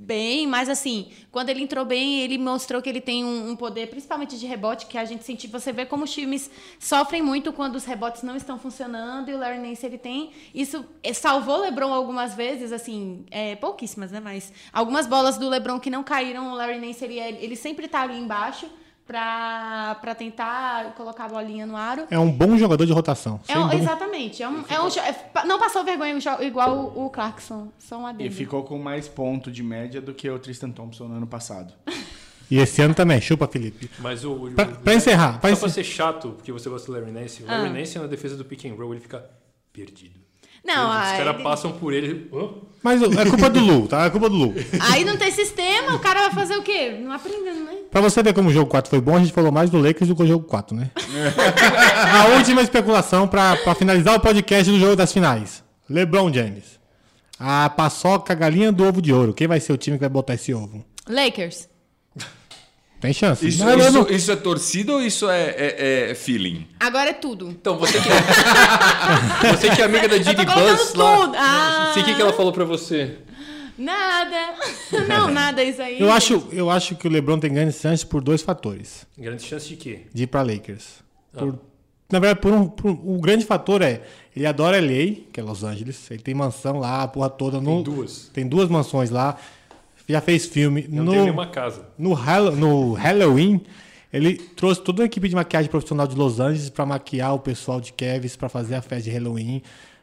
Speaker 2: bem, mas assim, quando ele entrou bem, ele mostrou que ele tem um, um poder, principalmente de rebote, que a gente sentiu. Você vê como os times sofrem muito quando os rebotes não estão funcionando e o Larry Nance ele tem. Isso eh, salvou o LeBron algumas vezes, assim, é, pouquíssimas, né? Mas algumas bolas do LeBron que não caíram, o Larry Nance ele, é- ele sempre tá ali embaixo pra, pra tentar colocar a bolinha no aro.
Speaker 1: É um bom jogador de rotação.
Speaker 2: É
Speaker 1: sem
Speaker 2: um-
Speaker 1: dúvida.
Speaker 2: exatamente. É um, é um jo- é pa- não passou vergonha um jo- igual o, o Clarkson. Só um
Speaker 6: E
Speaker 2: adendo.
Speaker 6: ficou com mais ponto de média do que o Tristan Thompson no ano passado.
Speaker 1: E esse ano também. Chupa, Felipe.
Speaker 4: Mas o. o-
Speaker 1: Pra, pra encerrar, pra
Speaker 4: Só pra
Speaker 1: encerrar.
Speaker 4: ser chato, porque você gosta do Larry Nance, o
Speaker 2: Ah.
Speaker 4: Larry Nance na defesa do pick and roll, ele fica perdido.
Speaker 2: Não,
Speaker 4: Os
Speaker 2: aí,
Speaker 4: caras passam por ele. Hã?
Speaker 1: Mas é culpa do Lu, tá? É culpa do Lu.
Speaker 2: aí não tem sistema, o cara vai fazer o quê? Não aprendendo, né?
Speaker 1: Pra você ver como o jogo 4 foi bom, a gente falou mais do Lakers do que o jogo 4, né? a última especulação pra, pra finalizar o podcast do jogo das finais. LeBron James. A paçoca, a galinha do ovo de ouro. Quem vai ser o time que vai botar esse ovo?
Speaker 2: Lakers.
Speaker 1: Tem chance.
Speaker 3: Isso,
Speaker 1: Mas eu
Speaker 3: isso-
Speaker 1: não-
Speaker 3: isso é torcida ou isso é, é- é feeling?
Speaker 2: Agora é tudo.
Speaker 4: Então, você que é, você que é amiga da
Speaker 2: Eu
Speaker 4: Didi
Speaker 2: tô colocando
Speaker 4: Buzz lá.
Speaker 2: tudo. Ah,
Speaker 4: Sei o que, que ela falou pra você.
Speaker 2: Nada. Não, nada isso aí.
Speaker 1: eu, acho, eu acho que o LeBron tem grande chance por dois fatores.
Speaker 4: Grande chance de quê?
Speaker 1: De ir pra Lakers.
Speaker 4: Ah.
Speaker 1: Por- na verdade, por um, por um- o grande fator é... Ele adora LA, que é Los Angeles. Ele tem mansão lá, a porra toda. no-
Speaker 4: duas.
Speaker 1: Tem duas mansões lá. Já fez filme.
Speaker 4: Eu não
Speaker 1: no,
Speaker 4: tenho nenhuma casa.
Speaker 1: No, Hall- no Halloween, ele trouxe toda a equipe de maquiagem profissional de Los Angeles para maquiar o pessoal de Kevs para fazer a festa de Halloween.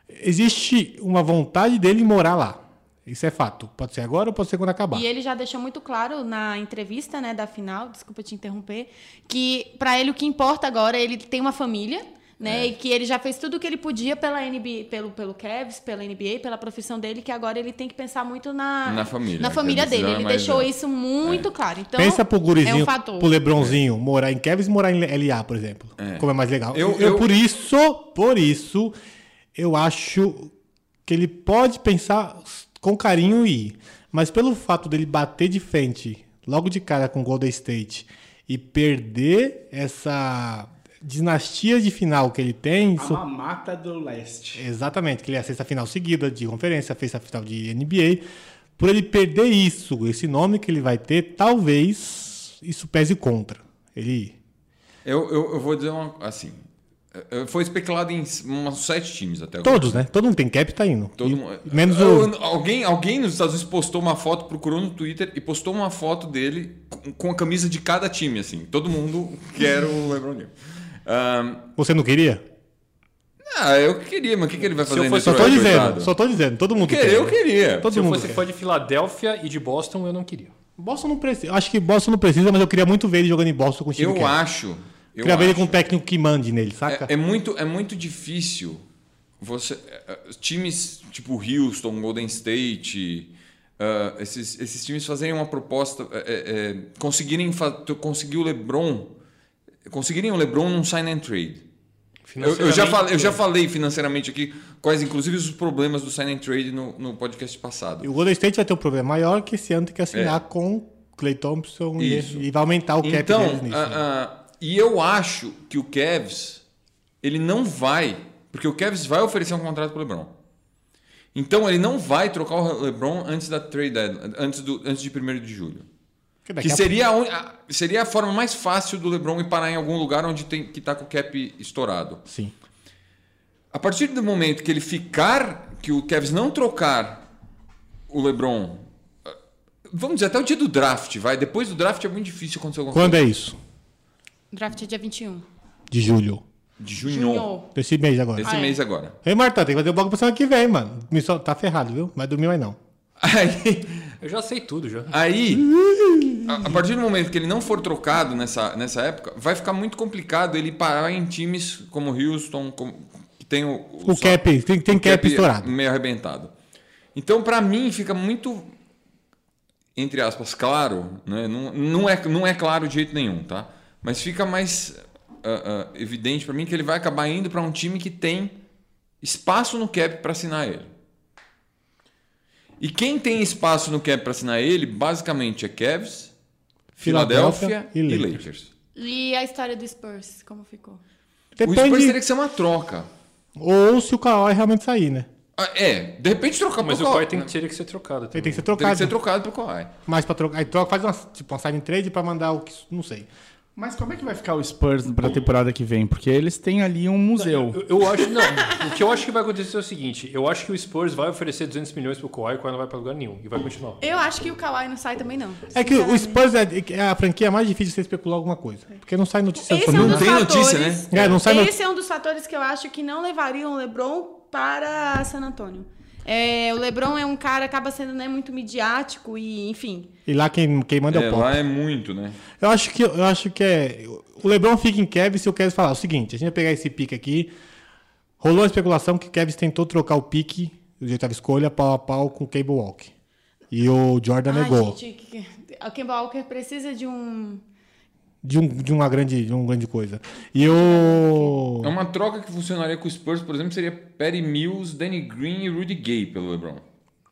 Speaker 1: Existe uma vontade dele morar lá. Isso é fato. Pode ser agora ou pode ser quando acabar.
Speaker 2: E ele já deixou muito claro na entrevista, né, da final, desculpa te interromper, que pra ele o que importa agora, é ele tem uma família, né, e que ele já fez tudo o que ele podia pela NBA, pelo pelo Cavs, pela NBA, pela profissão dele, que agora ele tem que pensar muito na
Speaker 3: Na família,
Speaker 2: na
Speaker 3: que a
Speaker 2: família
Speaker 3: decisão
Speaker 2: dele.
Speaker 3: é
Speaker 2: Ele
Speaker 3: mais
Speaker 2: deixou
Speaker 3: dela.
Speaker 2: isso muito claro. Então,
Speaker 1: Pensa pro gurizinho,
Speaker 2: é um fator.
Speaker 1: pro Lebronzinho, morar em Kevs e morar em LA, por exemplo. Como é mais legal.
Speaker 3: Eu-
Speaker 1: Eu-
Speaker 3: eu-
Speaker 1: Por isso, por isso, eu acho que ele pode pensar com carinho e ir. Mas pelo fato dele bater de frente logo de cara com o Golden State e perder essa dinastia de final que ele tem,
Speaker 5: A
Speaker 1: isso-
Speaker 5: mamata do leste.
Speaker 1: Exatamente, que ele é a sexta final seguida de conferência, fez a final de NBA. Por ele perder isso, esse nome que ele vai ter, talvez isso pese contra. Ele.
Speaker 3: Eu, eu, eu vou dizer uma. Assim. eh, Foi especulado em uns sete times até agora.
Speaker 1: Todos, né? Todo mundo tem cap e tá indo.
Speaker 3: Todo
Speaker 1: E-
Speaker 3: mundo- Ah,
Speaker 1: Menos
Speaker 3: Eu-
Speaker 1: o.
Speaker 3: eu- alguém, alguém nos Estados Unidos postou uma foto, procurou no Twitter e postou uma foto dele com- com a camisa de cada time, assim. Todo mundo quer o LeBron James. Ahn,
Speaker 1: Você não queria?
Speaker 3: ah, eu queria, mas o que, que ele vai fazer
Speaker 4: eu fosse-
Speaker 1: Só tô
Speaker 3: Detroit,
Speaker 1: dizendo,
Speaker 3: coitado?
Speaker 1: só tô dizendo, todo mundo
Speaker 3: Que-
Speaker 1: quer.
Speaker 3: Eu queria.
Speaker 1: Todo
Speaker 4: Se eu
Speaker 1: mundo
Speaker 4: fosse
Speaker 1: quer.
Speaker 4: fã de Filadélfia e de Boston, eu não queria.
Speaker 1: Boston não precisa. Acho que Boston não precisa, mas eu queria muito ver ele jogando em Boston com o time. que
Speaker 3: Eu
Speaker 1: é.
Speaker 3: acho. Eu
Speaker 1: Queria ver ele
Speaker 3: acho.
Speaker 1: com um técnico que mande nele, saca?
Speaker 3: É, é muito, é muito difícil você. eh, eh, Times tipo Houston, Golden State, ah, esses, esses times fazerem uma proposta, eh, eh, eh, conseguirem fa- tu- conseguir o LeBron, conseguirem o LeBron num sign and trade. Eu, eu já falei, eu já falei financeiramente aqui quais, inclusive, os problemas do sign and trade no, no podcast passado.
Speaker 1: E o Golden State vai ter um problema maior que esse ano tem que assinar com Clay Thompson e-
Speaker 3: É. Isso.
Speaker 1: e vai aumentar o cap
Speaker 3: Então,
Speaker 1: deles nisso.
Speaker 3: ah,
Speaker 1: né?
Speaker 3: ah, e eu acho que o Cavs, ele não vai, porque o Cavs vai oferecer um contrato para LeBron. Então ele não vai trocar o LeBron antes da trade deadline, antes do antes de 1 de julho.
Speaker 1: Porque daqui
Speaker 3: Que
Speaker 1: a
Speaker 3: seria a, un- a- seria a forma mais fácil do LeBron ir parar em algum lugar onde tem que tá com o cap estourado.
Speaker 1: pouco- Sim.
Speaker 3: A partir do momento que ele ficar, que o Cavs não trocar o LeBron, ah, vamos dizer até o dia do draft, vai, depois do draft é muito difícil acontecer alguma
Speaker 1: Quando é isso?
Speaker 2: Draft é dia 21.
Speaker 1: De julho.
Speaker 3: coisa. De junho.
Speaker 2: Junho.
Speaker 1: Desse mês agora.
Speaker 3: Esse
Speaker 2: Ah, é.
Speaker 3: mês agora.
Speaker 1: Ei, Marta, tem que fazer o bloco pra semana que vem, mano. Me sol- Tá ferrado, viu? Vai dormir mais não.
Speaker 3: Aí,
Speaker 4: Eu já sei tudo já.
Speaker 3: aí, a, a partir do momento que ele não for trocado nessa, nessa época, vai ficar muito complicado ele parar em times como Houston, como, que tem o,
Speaker 1: O cap, tem, tem
Speaker 3: o é-
Speaker 1: cap estourado.
Speaker 3: meio arrebentado. Então, pra mim, fica muito, entre aspas, claro. Né? Não, não, é, não é claro de jeito nenhum, tá? Mas fica mais ah, ah, evidente pra mim que ele vai acabar indo pra um time que tem espaço no cap pra assinar ele. E quem tem espaço no cap pra assinar ele, basicamente é Cavs, Filadélfia e Lakers.
Speaker 2: E a história do Spurs, como ficou?
Speaker 3: O Spurs teria
Speaker 1: Depende.
Speaker 3: que ser uma troca.
Speaker 1: Ou se o Kawhi realmente sair, né?
Speaker 3: Ah, é, de repente trocar
Speaker 4: Mas
Speaker 3: pro
Speaker 4: o
Speaker 3: Kawhi,
Speaker 4: Kawhi tem
Speaker 3: né?
Speaker 4: que teria que ser trocado
Speaker 1: Ele
Speaker 4: também.
Speaker 1: tem que ser
Speaker 3: Teria
Speaker 1: trocado.
Speaker 3: que ser trocado pro Kawhi.
Speaker 1: Mas pra trocar. Aí troca, faz uma, tipo, uma sign trade pra mandar o que. Não sei.
Speaker 6: Mas como é que vai ficar o Spurs pra temporada que vem? Porque eles têm ali um museu.
Speaker 4: Eu, eu acho não. o que eu acho que vai acontecer é o seguinte, eu acho que o Spurs vai oferecer 200 milhões pro Kawhi, o Kawhi não vai pra lugar nenhum e vai continuar.
Speaker 2: Eu acho que o Kawhi não sai também, não.
Speaker 1: É que o Spurs é é a franquia mais difícil de você especular alguma coisa. Porque não sai notícia
Speaker 2: Esse é
Speaker 1: sobre
Speaker 2: um
Speaker 1: o
Speaker 2: dos
Speaker 3: tem
Speaker 2: fatores,
Speaker 3: notícia,
Speaker 1: É, não sai notícia.
Speaker 2: Esse é um dos fatores que eu acho que não levariam o LeBron para San Antônio. É, o LeBron é um cara acaba sendo né, muito midiático e, enfim.
Speaker 1: E lá quem, quem manda é
Speaker 3: É,
Speaker 1: o pau.
Speaker 3: lá é muito, né?
Speaker 1: Eu acho que eu acho que é. O Lebron fica em Cavs se o Cavs falar o seguinte: a gente vai pegar esse pique aqui. Rolou a especulação que o Cavs tentou trocar o pique, o jeito da escolha, pau a pau com o Cable Walk. E o Jordan negou.
Speaker 2: Ai, gente, que- é? o Kemba Walker precisa de um.
Speaker 1: De, um, de uma grande, de uma grande coisa. E o.
Speaker 3: É uma troca que funcionaria com o Spurs, por exemplo, seria Perry Mills, Danny Green e Rudy Gay pelo LeBron.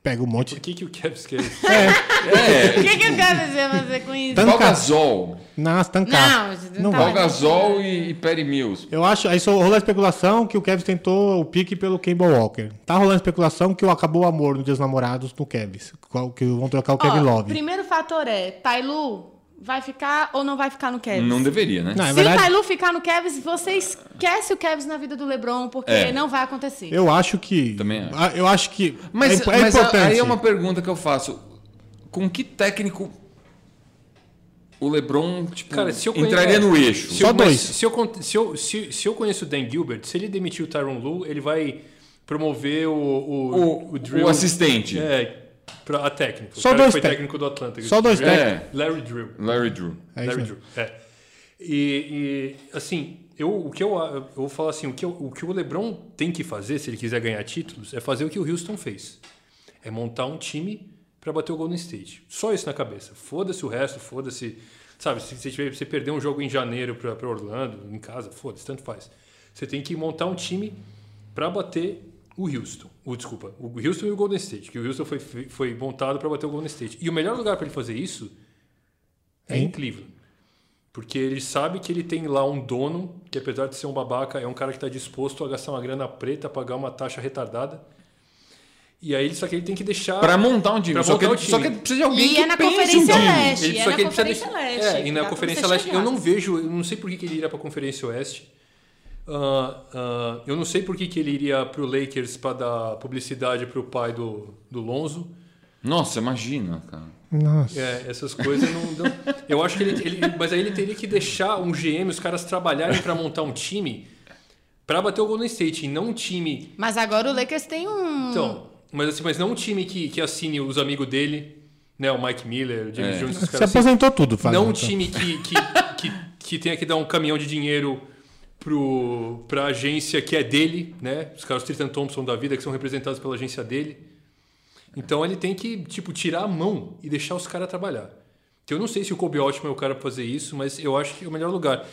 Speaker 1: Pega um monte.
Speaker 4: Por que, que o Cavs quer isso?
Speaker 2: O que, que eu quero dizer fazer com isso?
Speaker 1: Tancar.
Speaker 3: Pau É, Gasol.
Speaker 1: Nas tancar.
Speaker 2: Não,
Speaker 1: não
Speaker 2: tá.
Speaker 1: vai.
Speaker 3: Pau Gasol e, e Perry Mills.
Speaker 1: Eu acho. Aí só rolou a especulação que o Cavs tentou o pique pelo Cable Walker. Tá rolando a especulação que acabou o amor no Dias Namorados no Cavs. qual- Que vão trocar o Kevin
Speaker 2: Ó,
Speaker 1: Love.
Speaker 2: Primeiro fator é: Tailu vai ficar ou não vai ficar no Cavs?
Speaker 3: Não deveria, né?
Speaker 1: Não, é
Speaker 2: Se tá
Speaker 1: verdade.
Speaker 2: o Tailu ficar no Cavs, você esquece o Cavs na vida do LeBron, porque
Speaker 3: É.
Speaker 2: não vai acontecer.
Speaker 1: Eu acho que.
Speaker 3: Também acho.
Speaker 1: Ah, Eu acho que. é,
Speaker 3: Mas,
Speaker 1: impo- é
Speaker 3: mas a-
Speaker 1: importante.
Speaker 3: aí é uma pergunta que eu faço. Com que técnico o LeBron tipo,
Speaker 4: Cara, se eu conhe- é,
Speaker 3: entraria no eixo?
Speaker 4: Se
Speaker 1: Só
Speaker 4: eu, mas
Speaker 1: dois.
Speaker 4: Se eu, con- se, eu, se, se eu conheço o Dan Gilbert, se ele demitir o Tyron Lu, ele vai promover o, o,
Speaker 3: O-
Speaker 4: Drill-
Speaker 3: o assistente.
Speaker 4: É, pra, a técnico.
Speaker 1: Só
Speaker 4: o cara
Speaker 1: dois
Speaker 4: que foi
Speaker 1: tec-
Speaker 4: técnico do Atlanta.
Speaker 1: Só dois
Speaker 4: É,
Speaker 3: técnicos.
Speaker 4: Larry Drill.
Speaker 3: Larry Drew.
Speaker 1: É isso
Speaker 4: Larry
Speaker 1: mesmo.
Speaker 4: Drew. É. E, e, assim, eu, o que eu, a- eu vou falar assim, o que, eu- o que o LeBron tem que fazer, se ele quiser ganhar títulos, é fazer o que o Houston fez. É montar um time pra bater o Golden State. Só isso na cabeça. Foda-se o resto, foda-se. Sabe, se você, tiver, você perder um jogo em janeiro pra, pra Orlando, em casa, foda-se, tanto faz. Você tem que montar um time pra bater o Houston. O O, desculpa, o Houston e o Golden State, que o Houston foi, foi montado para bater o Golden State. E o melhor lugar para ele fazer isso é em
Speaker 1: Hein?
Speaker 4: Cleveland. Porque ele sabe que ele tem lá um dono, que apesar de ser um babaca, é um cara que está disposto a gastar uma grana preta, a pagar uma taxa retardada. E aí, só que ele tem que deixar.
Speaker 3: Pra montar um time.
Speaker 4: Ah, Pra
Speaker 3: só, que,
Speaker 4: montar
Speaker 3: ele-
Speaker 4: um
Speaker 3: só que
Speaker 4: time.
Speaker 3: ele precisa de alguém
Speaker 2: E
Speaker 3: que
Speaker 2: é na
Speaker 3: pense
Speaker 2: Conferência
Speaker 3: um time.
Speaker 2: Leste.
Speaker 4: Ele-
Speaker 2: é
Speaker 4: só
Speaker 2: na
Speaker 4: que ele precisa
Speaker 2: Conferência
Speaker 4: deixar-
Speaker 2: Leste, então tá
Speaker 4: É, e
Speaker 2: que dá
Speaker 4: na
Speaker 2: pra
Speaker 4: Conferência
Speaker 2: você
Speaker 4: Leste. Eu
Speaker 2: chegar.
Speaker 4: não vejo, eu não sei por que, que ele iria para a Conferência Oeste. Ah, ah, eu não sei por que, que ele iria para o Lakers para dar publicidade para o pai do, do Lonzo.
Speaker 3: Nossa, imagina, cara.
Speaker 1: Nossa.
Speaker 4: É, essas coisas não dão. Eu acho que ele, ele- Mas aí ele teria que deixar um GM, os caras trabalharem para montar um time para bater o Golden State, e não um time
Speaker 2: Mas agora o Lakers tem um.
Speaker 4: Então, mas assim, mas não um time que, que assine os amigos dele, né? O Mike Miller, o James
Speaker 3: É.
Speaker 4: Jones, esses
Speaker 1: Você
Speaker 4: caras. assim.
Speaker 1: aposentou tudo, faz
Speaker 4: não um
Speaker 1: então.
Speaker 4: time que, que, que, que tenha que dar um caminhão de dinheiro pro, pra agência que é dele, né? Os caras Tristan Thompson da vida, que são representados pela agência dele. Então ele tem que, tipo, tirar a mão e deixar os caras trabalhar. Que eu não sei se o Kobe Altman é o cara pra fazer isso, mas eu acho que é o melhor lugar.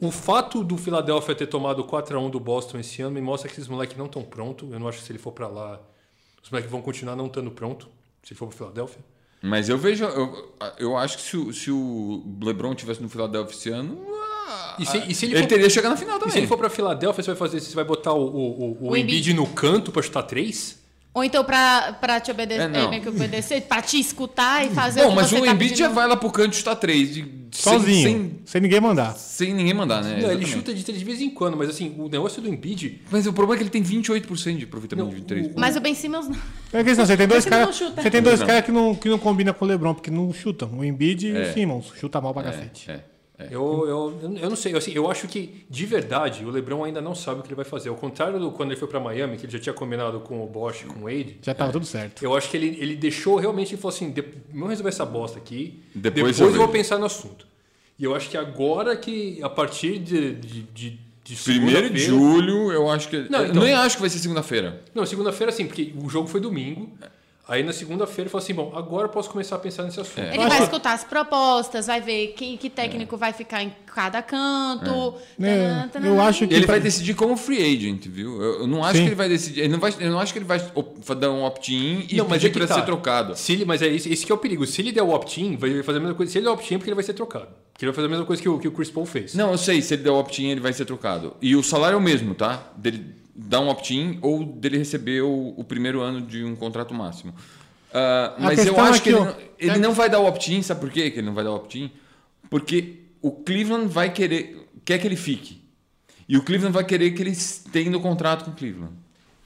Speaker 4: O fato do Philadelphia ter tomado 4 a 1 do Boston esse ano me mostra que esses moleques não estão prontos. Eu não acho que se ele for pra lá, os moleques vão continuar não estando pronto, se ele for pro Philadelphia.
Speaker 3: Mas eu vejo. Eu, eu acho que se o, se o LeBron tivesse no Philadelphia esse ano. ah,
Speaker 4: E se- e se ele
Speaker 3: ele
Speaker 4: for-
Speaker 3: teria chegado na final
Speaker 4: E
Speaker 3: também.
Speaker 4: se ele for pra Filadélfia, você vai fazer, você vai botar o, o, o- o
Speaker 2: O
Speaker 4: Embiid no canto pra chutar três?
Speaker 2: Ou então pra, pra te obedecer,
Speaker 3: É, não.
Speaker 2: meio que obedecer, pra te escutar e fazer o
Speaker 3: Bom,
Speaker 2: que
Speaker 3: mas
Speaker 2: você
Speaker 3: o
Speaker 2: tá
Speaker 3: Embiid é já
Speaker 2: pedindo.
Speaker 3: vai lá pro canto chutar três. de- sem-
Speaker 1: Sozinho.
Speaker 3: Sem,
Speaker 1: Sem, ninguém mandar.
Speaker 3: sem ninguém mandar, né?
Speaker 4: Não, ele
Speaker 3: Exatamente.
Speaker 4: chuta de três de vez em quando, mas assim, o negócio do Embiid.
Speaker 3: Mas o problema é que ele tem 28% de aproveitamento
Speaker 4: Não,
Speaker 3: de três.
Speaker 4: o-
Speaker 2: Mas o Ben Simmons não.
Speaker 1: É que, não, você tem dois
Speaker 2: Porque ele
Speaker 1: caras.
Speaker 2: não chuta.
Speaker 1: Você tem dois
Speaker 3: Não.
Speaker 1: caras que não, que não combinam com o Lebron, porque não chutam. O Embiid e
Speaker 3: É.
Speaker 1: o Simmons. Chuta mal pra cacete.
Speaker 3: É.
Speaker 4: Eu, eu, eu não sei, eu, assim, eu acho que de verdade o Lebron ainda não sabe o que ele vai fazer. Ao contrário do quando ele foi pra Miami, que ele já tinha combinado com o Bosch, com o Wade,
Speaker 1: Já
Speaker 3: É.
Speaker 1: tava tudo certo.
Speaker 4: eu acho que ele, ele deixou realmente e falou assim: "De- vamos resolver essa bosta aqui,
Speaker 3: Depois
Speaker 4: depois,
Speaker 3: eu
Speaker 4: eu vou
Speaker 3: vejo."
Speaker 4: pensar no assunto. E eu acho que agora que, a partir de. de, de, de
Speaker 3: Primeiro de
Speaker 4: segunda-feira-
Speaker 3: julho, eu acho que.
Speaker 4: Não,
Speaker 3: eu
Speaker 4: então-
Speaker 3: nem acho que vai ser segunda-feira.
Speaker 4: Não, segunda-feira sim, porque o jogo foi domingo. Aí na segunda-feira ele falou assim: bom, agora eu posso começar a pensar nesse assunto.
Speaker 3: É.
Speaker 2: Ele vai escutar as propostas, vai ver quem, que técnico vai ficar em cada canto.
Speaker 1: É,
Speaker 2: Tanã, tanã.
Speaker 1: eu acho que.
Speaker 3: Ele vai decidir como free agent, viu? Eu eu não acho
Speaker 1: Sim.
Speaker 3: que ele vai decidir. Ele não vai, eu não acho que ele vai op- dar um opt-in e
Speaker 4: Não, mas
Speaker 3: pedir
Speaker 4: é que
Speaker 3: pra
Speaker 4: tá.
Speaker 3: ser trocado.
Speaker 4: Se ele, mas é esse, esse que é o perigo. Se ele der o opt-in, vai vai fazer a mesma coisa. Se ele der o opt-in, é porque ele vai ser trocado. Porque ele vai fazer a mesma coisa que o, que o Chris Paul fez.
Speaker 3: Não, eu sei, se ele der o opt-in, ele vai ser trocado. E o salário é o mesmo, tá? Dele dar um opt-in ou dele receber o, o primeiro ano de um contrato máximo. Ah,
Speaker 1: A
Speaker 3: mas eu
Speaker 1: questão
Speaker 3: acho
Speaker 1: é que
Speaker 3: que ele,
Speaker 1: o-
Speaker 3: não- ele não vai dar o opt-in, sabe por quê que ele não vai dar o opt-in? Porque o Cleveland vai querer, quer que ele fique. E o Cleveland vai querer que ele tenha o contrato com o Cleveland.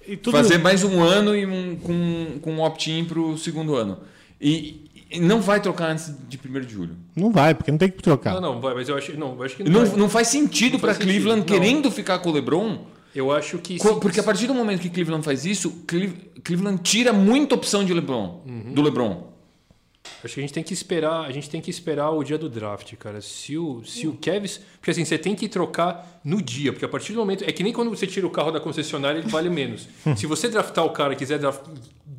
Speaker 1: e tudo-
Speaker 3: Fazer mais um ano e um, com, com um opt-in pro segundo ano. E, e não vai trocar antes de 1 de julho.
Speaker 1: Não vai, porque não tem que trocar.
Speaker 4: Não, não, vai, mas eu acho, não, eu acho que não.
Speaker 3: Não,
Speaker 4: vai.
Speaker 3: não faz sentido
Speaker 4: Não
Speaker 3: pra
Speaker 4: faz
Speaker 3: Cleveland
Speaker 4: sentido, não.
Speaker 3: querendo ficar com o LeBron,
Speaker 4: Eu acho que.
Speaker 3: co-
Speaker 4: se-
Speaker 3: porque a partir do momento que Cleveland faz isso, Cle- Cleveland tira muita opção de LeBron,
Speaker 4: Uhum.
Speaker 3: do LeBron.
Speaker 4: Acho que a gente tem que esperar, a gente tem que esperar o dia do draft, cara. Se o, se o Kevs, porque assim, você tem que trocar no dia, porque a partir do momento é que nem quando você tira o carro da concessionária, ele vale menos. se você draftar o cara, e quiser draft,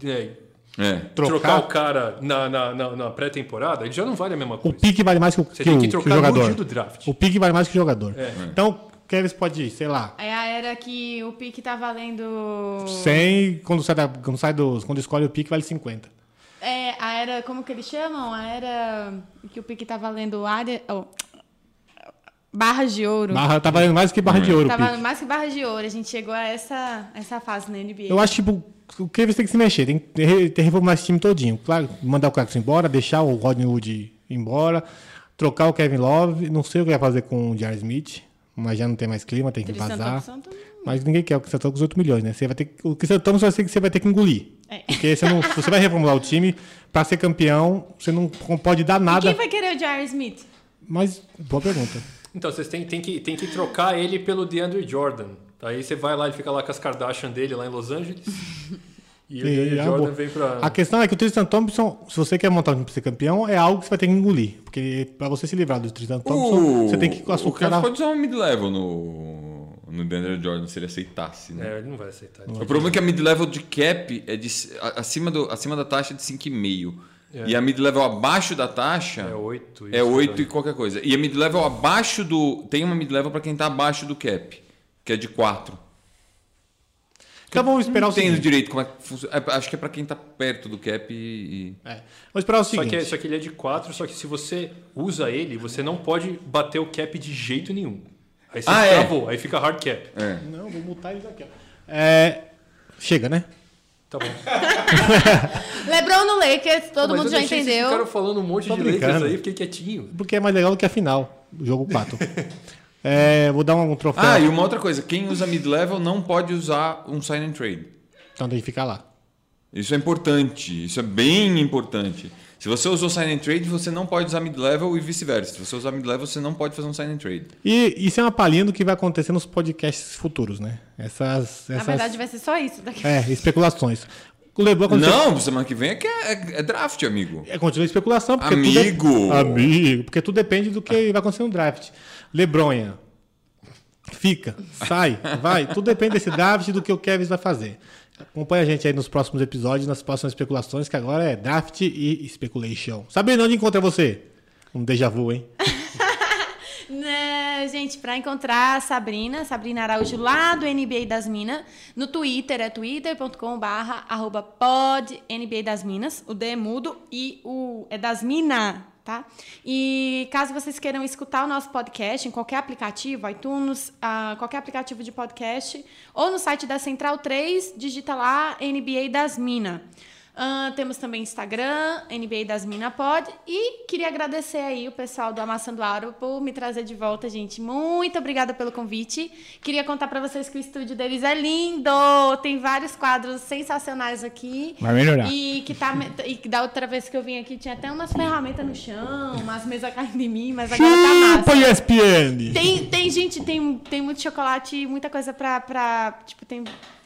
Speaker 4: né,
Speaker 3: É.
Speaker 1: Trocar?
Speaker 4: trocar, o cara na, na, na, na pré-temporada, ele já não vale a mesma
Speaker 1: O
Speaker 4: coisa.
Speaker 1: pique vale mais que o, que
Speaker 4: Você tem
Speaker 1: o-
Speaker 4: que
Speaker 1: que o
Speaker 4: trocar no dia
Speaker 1: jogador.
Speaker 4: do draft.
Speaker 1: O pique vale mais que o jogador.
Speaker 4: É.
Speaker 1: Então, Kevin pode ir, sei lá.
Speaker 2: É a era que o pique tá valendo.
Speaker 1: 100, quando sai, da, quando sai do. Quando escolhe o pique, vale 50.
Speaker 2: É a era. Como que eles chamam? A era que o pique tá valendo área. oh, barras de ouro.
Speaker 1: Barra, tá valendo mais que barra
Speaker 3: é.
Speaker 1: de ouro. o
Speaker 2: Tá
Speaker 1: pique.
Speaker 2: valendo mais que barras de ouro. A gente chegou a essa, essa fase na NBA.
Speaker 1: Eu acho, tipo, o Kevin tem que se mexer, tem que re- ter que reformular esse time todinho. Claro, mandar o Clarkson embora, deixar o Rodney Wood ir embora, trocar o Kevin Love. Não sei o que vai fazer com o Jar Smith, mas já não tem mais clima, tem que
Speaker 2: Tristan
Speaker 1: vazar.
Speaker 2: Thompson também.
Speaker 1: Mas ninguém quer o Cristiano Thompson com os 8 milhões, né? Você vai ter, que- o Cristiano Thompson vai ser que você vai ter que engolir.
Speaker 2: É.
Speaker 1: Porque você, não, se você vai reformular o time, pra ser campeão, você não pode dar nada.
Speaker 2: Quem vai querer o Jar Smith?
Speaker 1: Mas, boa pergunta.
Speaker 4: Então, vocês têm, têm que, têm que trocar ele pelo DeAndre Jordan. Aí você vai lá, ele fica lá com as Kardashian dele lá em Los Angeles. E, o
Speaker 1: E-
Speaker 4: DeAndre
Speaker 1: é uma
Speaker 4: Jordan
Speaker 1: boa.
Speaker 4: vem pra.
Speaker 1: A questão é que o Tristan Thompson, se você quer montar um time pra ser campeão, é algo que você vai ter que engolir. Porque pra você se livrar do Tristan
Speaker 4: Então,
Speaker 1: Thompson, você tem que
Speaker 3: o cara
Speaker 1: açucarar.
Speaker 3: pode usar um mid-level no, no DeAndre Jordan se ele aceitasse, né?
Speaker 4: É, ele não vai aceitar.
Speaker 3: O problema é que a mid-level de cap é de, a- acima, do, acima da taxa é de 5,5. E a mid-level abaixo da taxa
Speaker 4: É 8.
Speaker 3: é 8 e qualquer coisa. E a mid-level abaixo do. Tem uma mid-level para quem tá abaixo do cap, que é de 4.
Speaker 1: Então vamos esperar o
Speaker 3: Não entendo
Speaker 1: seguinte.
Speaker 3: direito como é que funciona. É, acho que é pra quem tá perto do cap e. e-
Speaker 1: É. Vamos esperar o
Speaker 4: Só que,
Speaker 1: seguinte.
Speaker 4: só que ele é de 4, só que se você usa ele, você não pode bater o cap de jeito nenhum. Aí você
Speaker 3: Ah, é?
Speaker 4: travou, aí fica hard cap.
Speaker 3: É.
Speaker 1: Não, vou multar eles aqui. ó. É... Chega, né?
Speaker 4: Tá bom.
Speaker 2: Lebron no Lakers, todo
Speaker 4: Mas eu
Speaker 2: mundo já
Speaker 4: deixei
Speaker 2: entendeu.
Speaker 4: Esse cara falando um monte
Speaker 1: Tô
Speaker 4: de
Speaker 1: brincando.
Speaker 4: letras aí, fiquei quietinho.
Speaker 1: Porque é mais legal do que a final do jogo 4. É, vou dar um troféu.
Speaker 3: Ah, e uma outra coisa: quem usa mid-level não pode usar um sign and trade.
Speaker 1: Então tem que ficar lá.
Speaker 3: Isso é importante, isso é bem importante. Se você usou sign and trade, você não pode usar mid-level e vice-versa. Se você usar mid-level, você não pode fazer um sign and trade.
Speaker 1: E isso é uma palhinha do que vai acontecer nos podcasts futuros, né? Essas.
Speaker 2: Na
Speaker 1: essas
Speaker 2: verdade, vai ser só isso daqui.
Speaker 1: É, especulações. O Lebron aconteceu-
Speaker 3: Não, semana que vem é, que é, é draft, amigo.
Speaker 1: É, continua a especulação. Porque Tudo
Speaker 3: Amigo!
Speaker 1: de- Amigo! Porque tudo depende do que vai acontecer no draft. Lebronha. Fica, sai, vai. Tudo depende desse draft e do que o Kevin vai fazer. Acompanha a gente aí nos próximos episódios, nas próximas especulações, que agora é draft e speculation. Sabe onde encontra você? Um déjà vu, hein?
Speaker 2: Né, gente, pra encontrar a Sabrina, Sabrina Araújo, lá do NBA das Minas, no Twitter, é twitter.com.br arroba pod NBA das Minas, o D é mudo e o é das Minas, tá? E caso vocês queiram escutar o nosso podcast em qualquer aplicativo, iTunes, ah, qualquer aplicativo de podcast, ou no site da Central 3, digita lá NBA das Minas. Ahn, temos também Instagram, NBA das Mina Pod. E queria agradecer aí o pessoal do Amassando Aro por me trazer de volta, gente. Muito obrigada pelo convite. Queria contar pra vocês que o estúdio deles é lindo. Tem vários quadros sensacionais aqui.
Speaker 6: Vai melhorar.
Speaker 2: E que tá me- e que da outra vez que eu vim aqui tinha até umas ferramentas no chão, umas mesas caindo em mim, mas agora tá massa.
Speaker 1: Chupa, ESPN!
Speaker 2: Tem, tem gente, tem, tem muito chocolate e muita coisa pra, pra. Tipo, tem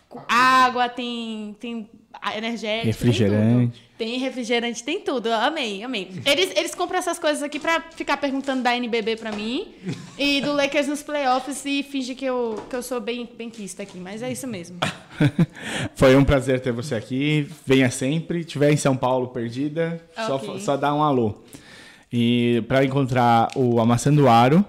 Speaker 2: co- água, tem, tem a- energético.
Speaker 6: Refrigerante.
Speaker 2: Tem, tudo. tem refrigerante, tem tudo. Amei, amei. Eles, eles compram essas coisas aqui pra ficar perguntando da NBB pra mim e do Lakers nos playoffs e finge que eu, que eu sou bem, bem quista aqui. Mas é isso mesmo.
Speaker 6: Foi um prazer ter você aqui. Venha sempre. Tiver em São Paulo perdida, só,
Speaker 2: Ok.
Speaker 6: só dá um alô. E para encontrar o Amassando Aro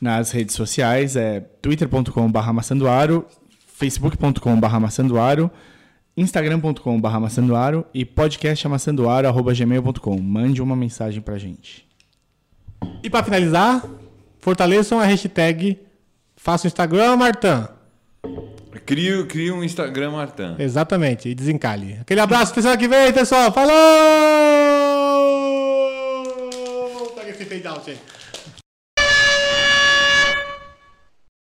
Speaker 6: nas redes sociais é twitter.com.br amassandoaro, facebook.com.br amassandoaro, instagram.com.br amassandoaro e podcastamassandoaro.gmail.com. Mande uma mensagem pra gente.
Speaker 1: E pra finalizar, fortaleçam a hashtag Faça o Instagram, Martã.
Speaker 3: Cria cria um
Speaker 1: É,
Speaker 3: Instagram, Martã.
Speaker 1: Exatamente, e desencalhe. Aquele abraço, pessoal, que vem, pessoal. Falou! Pega esse fade out aí.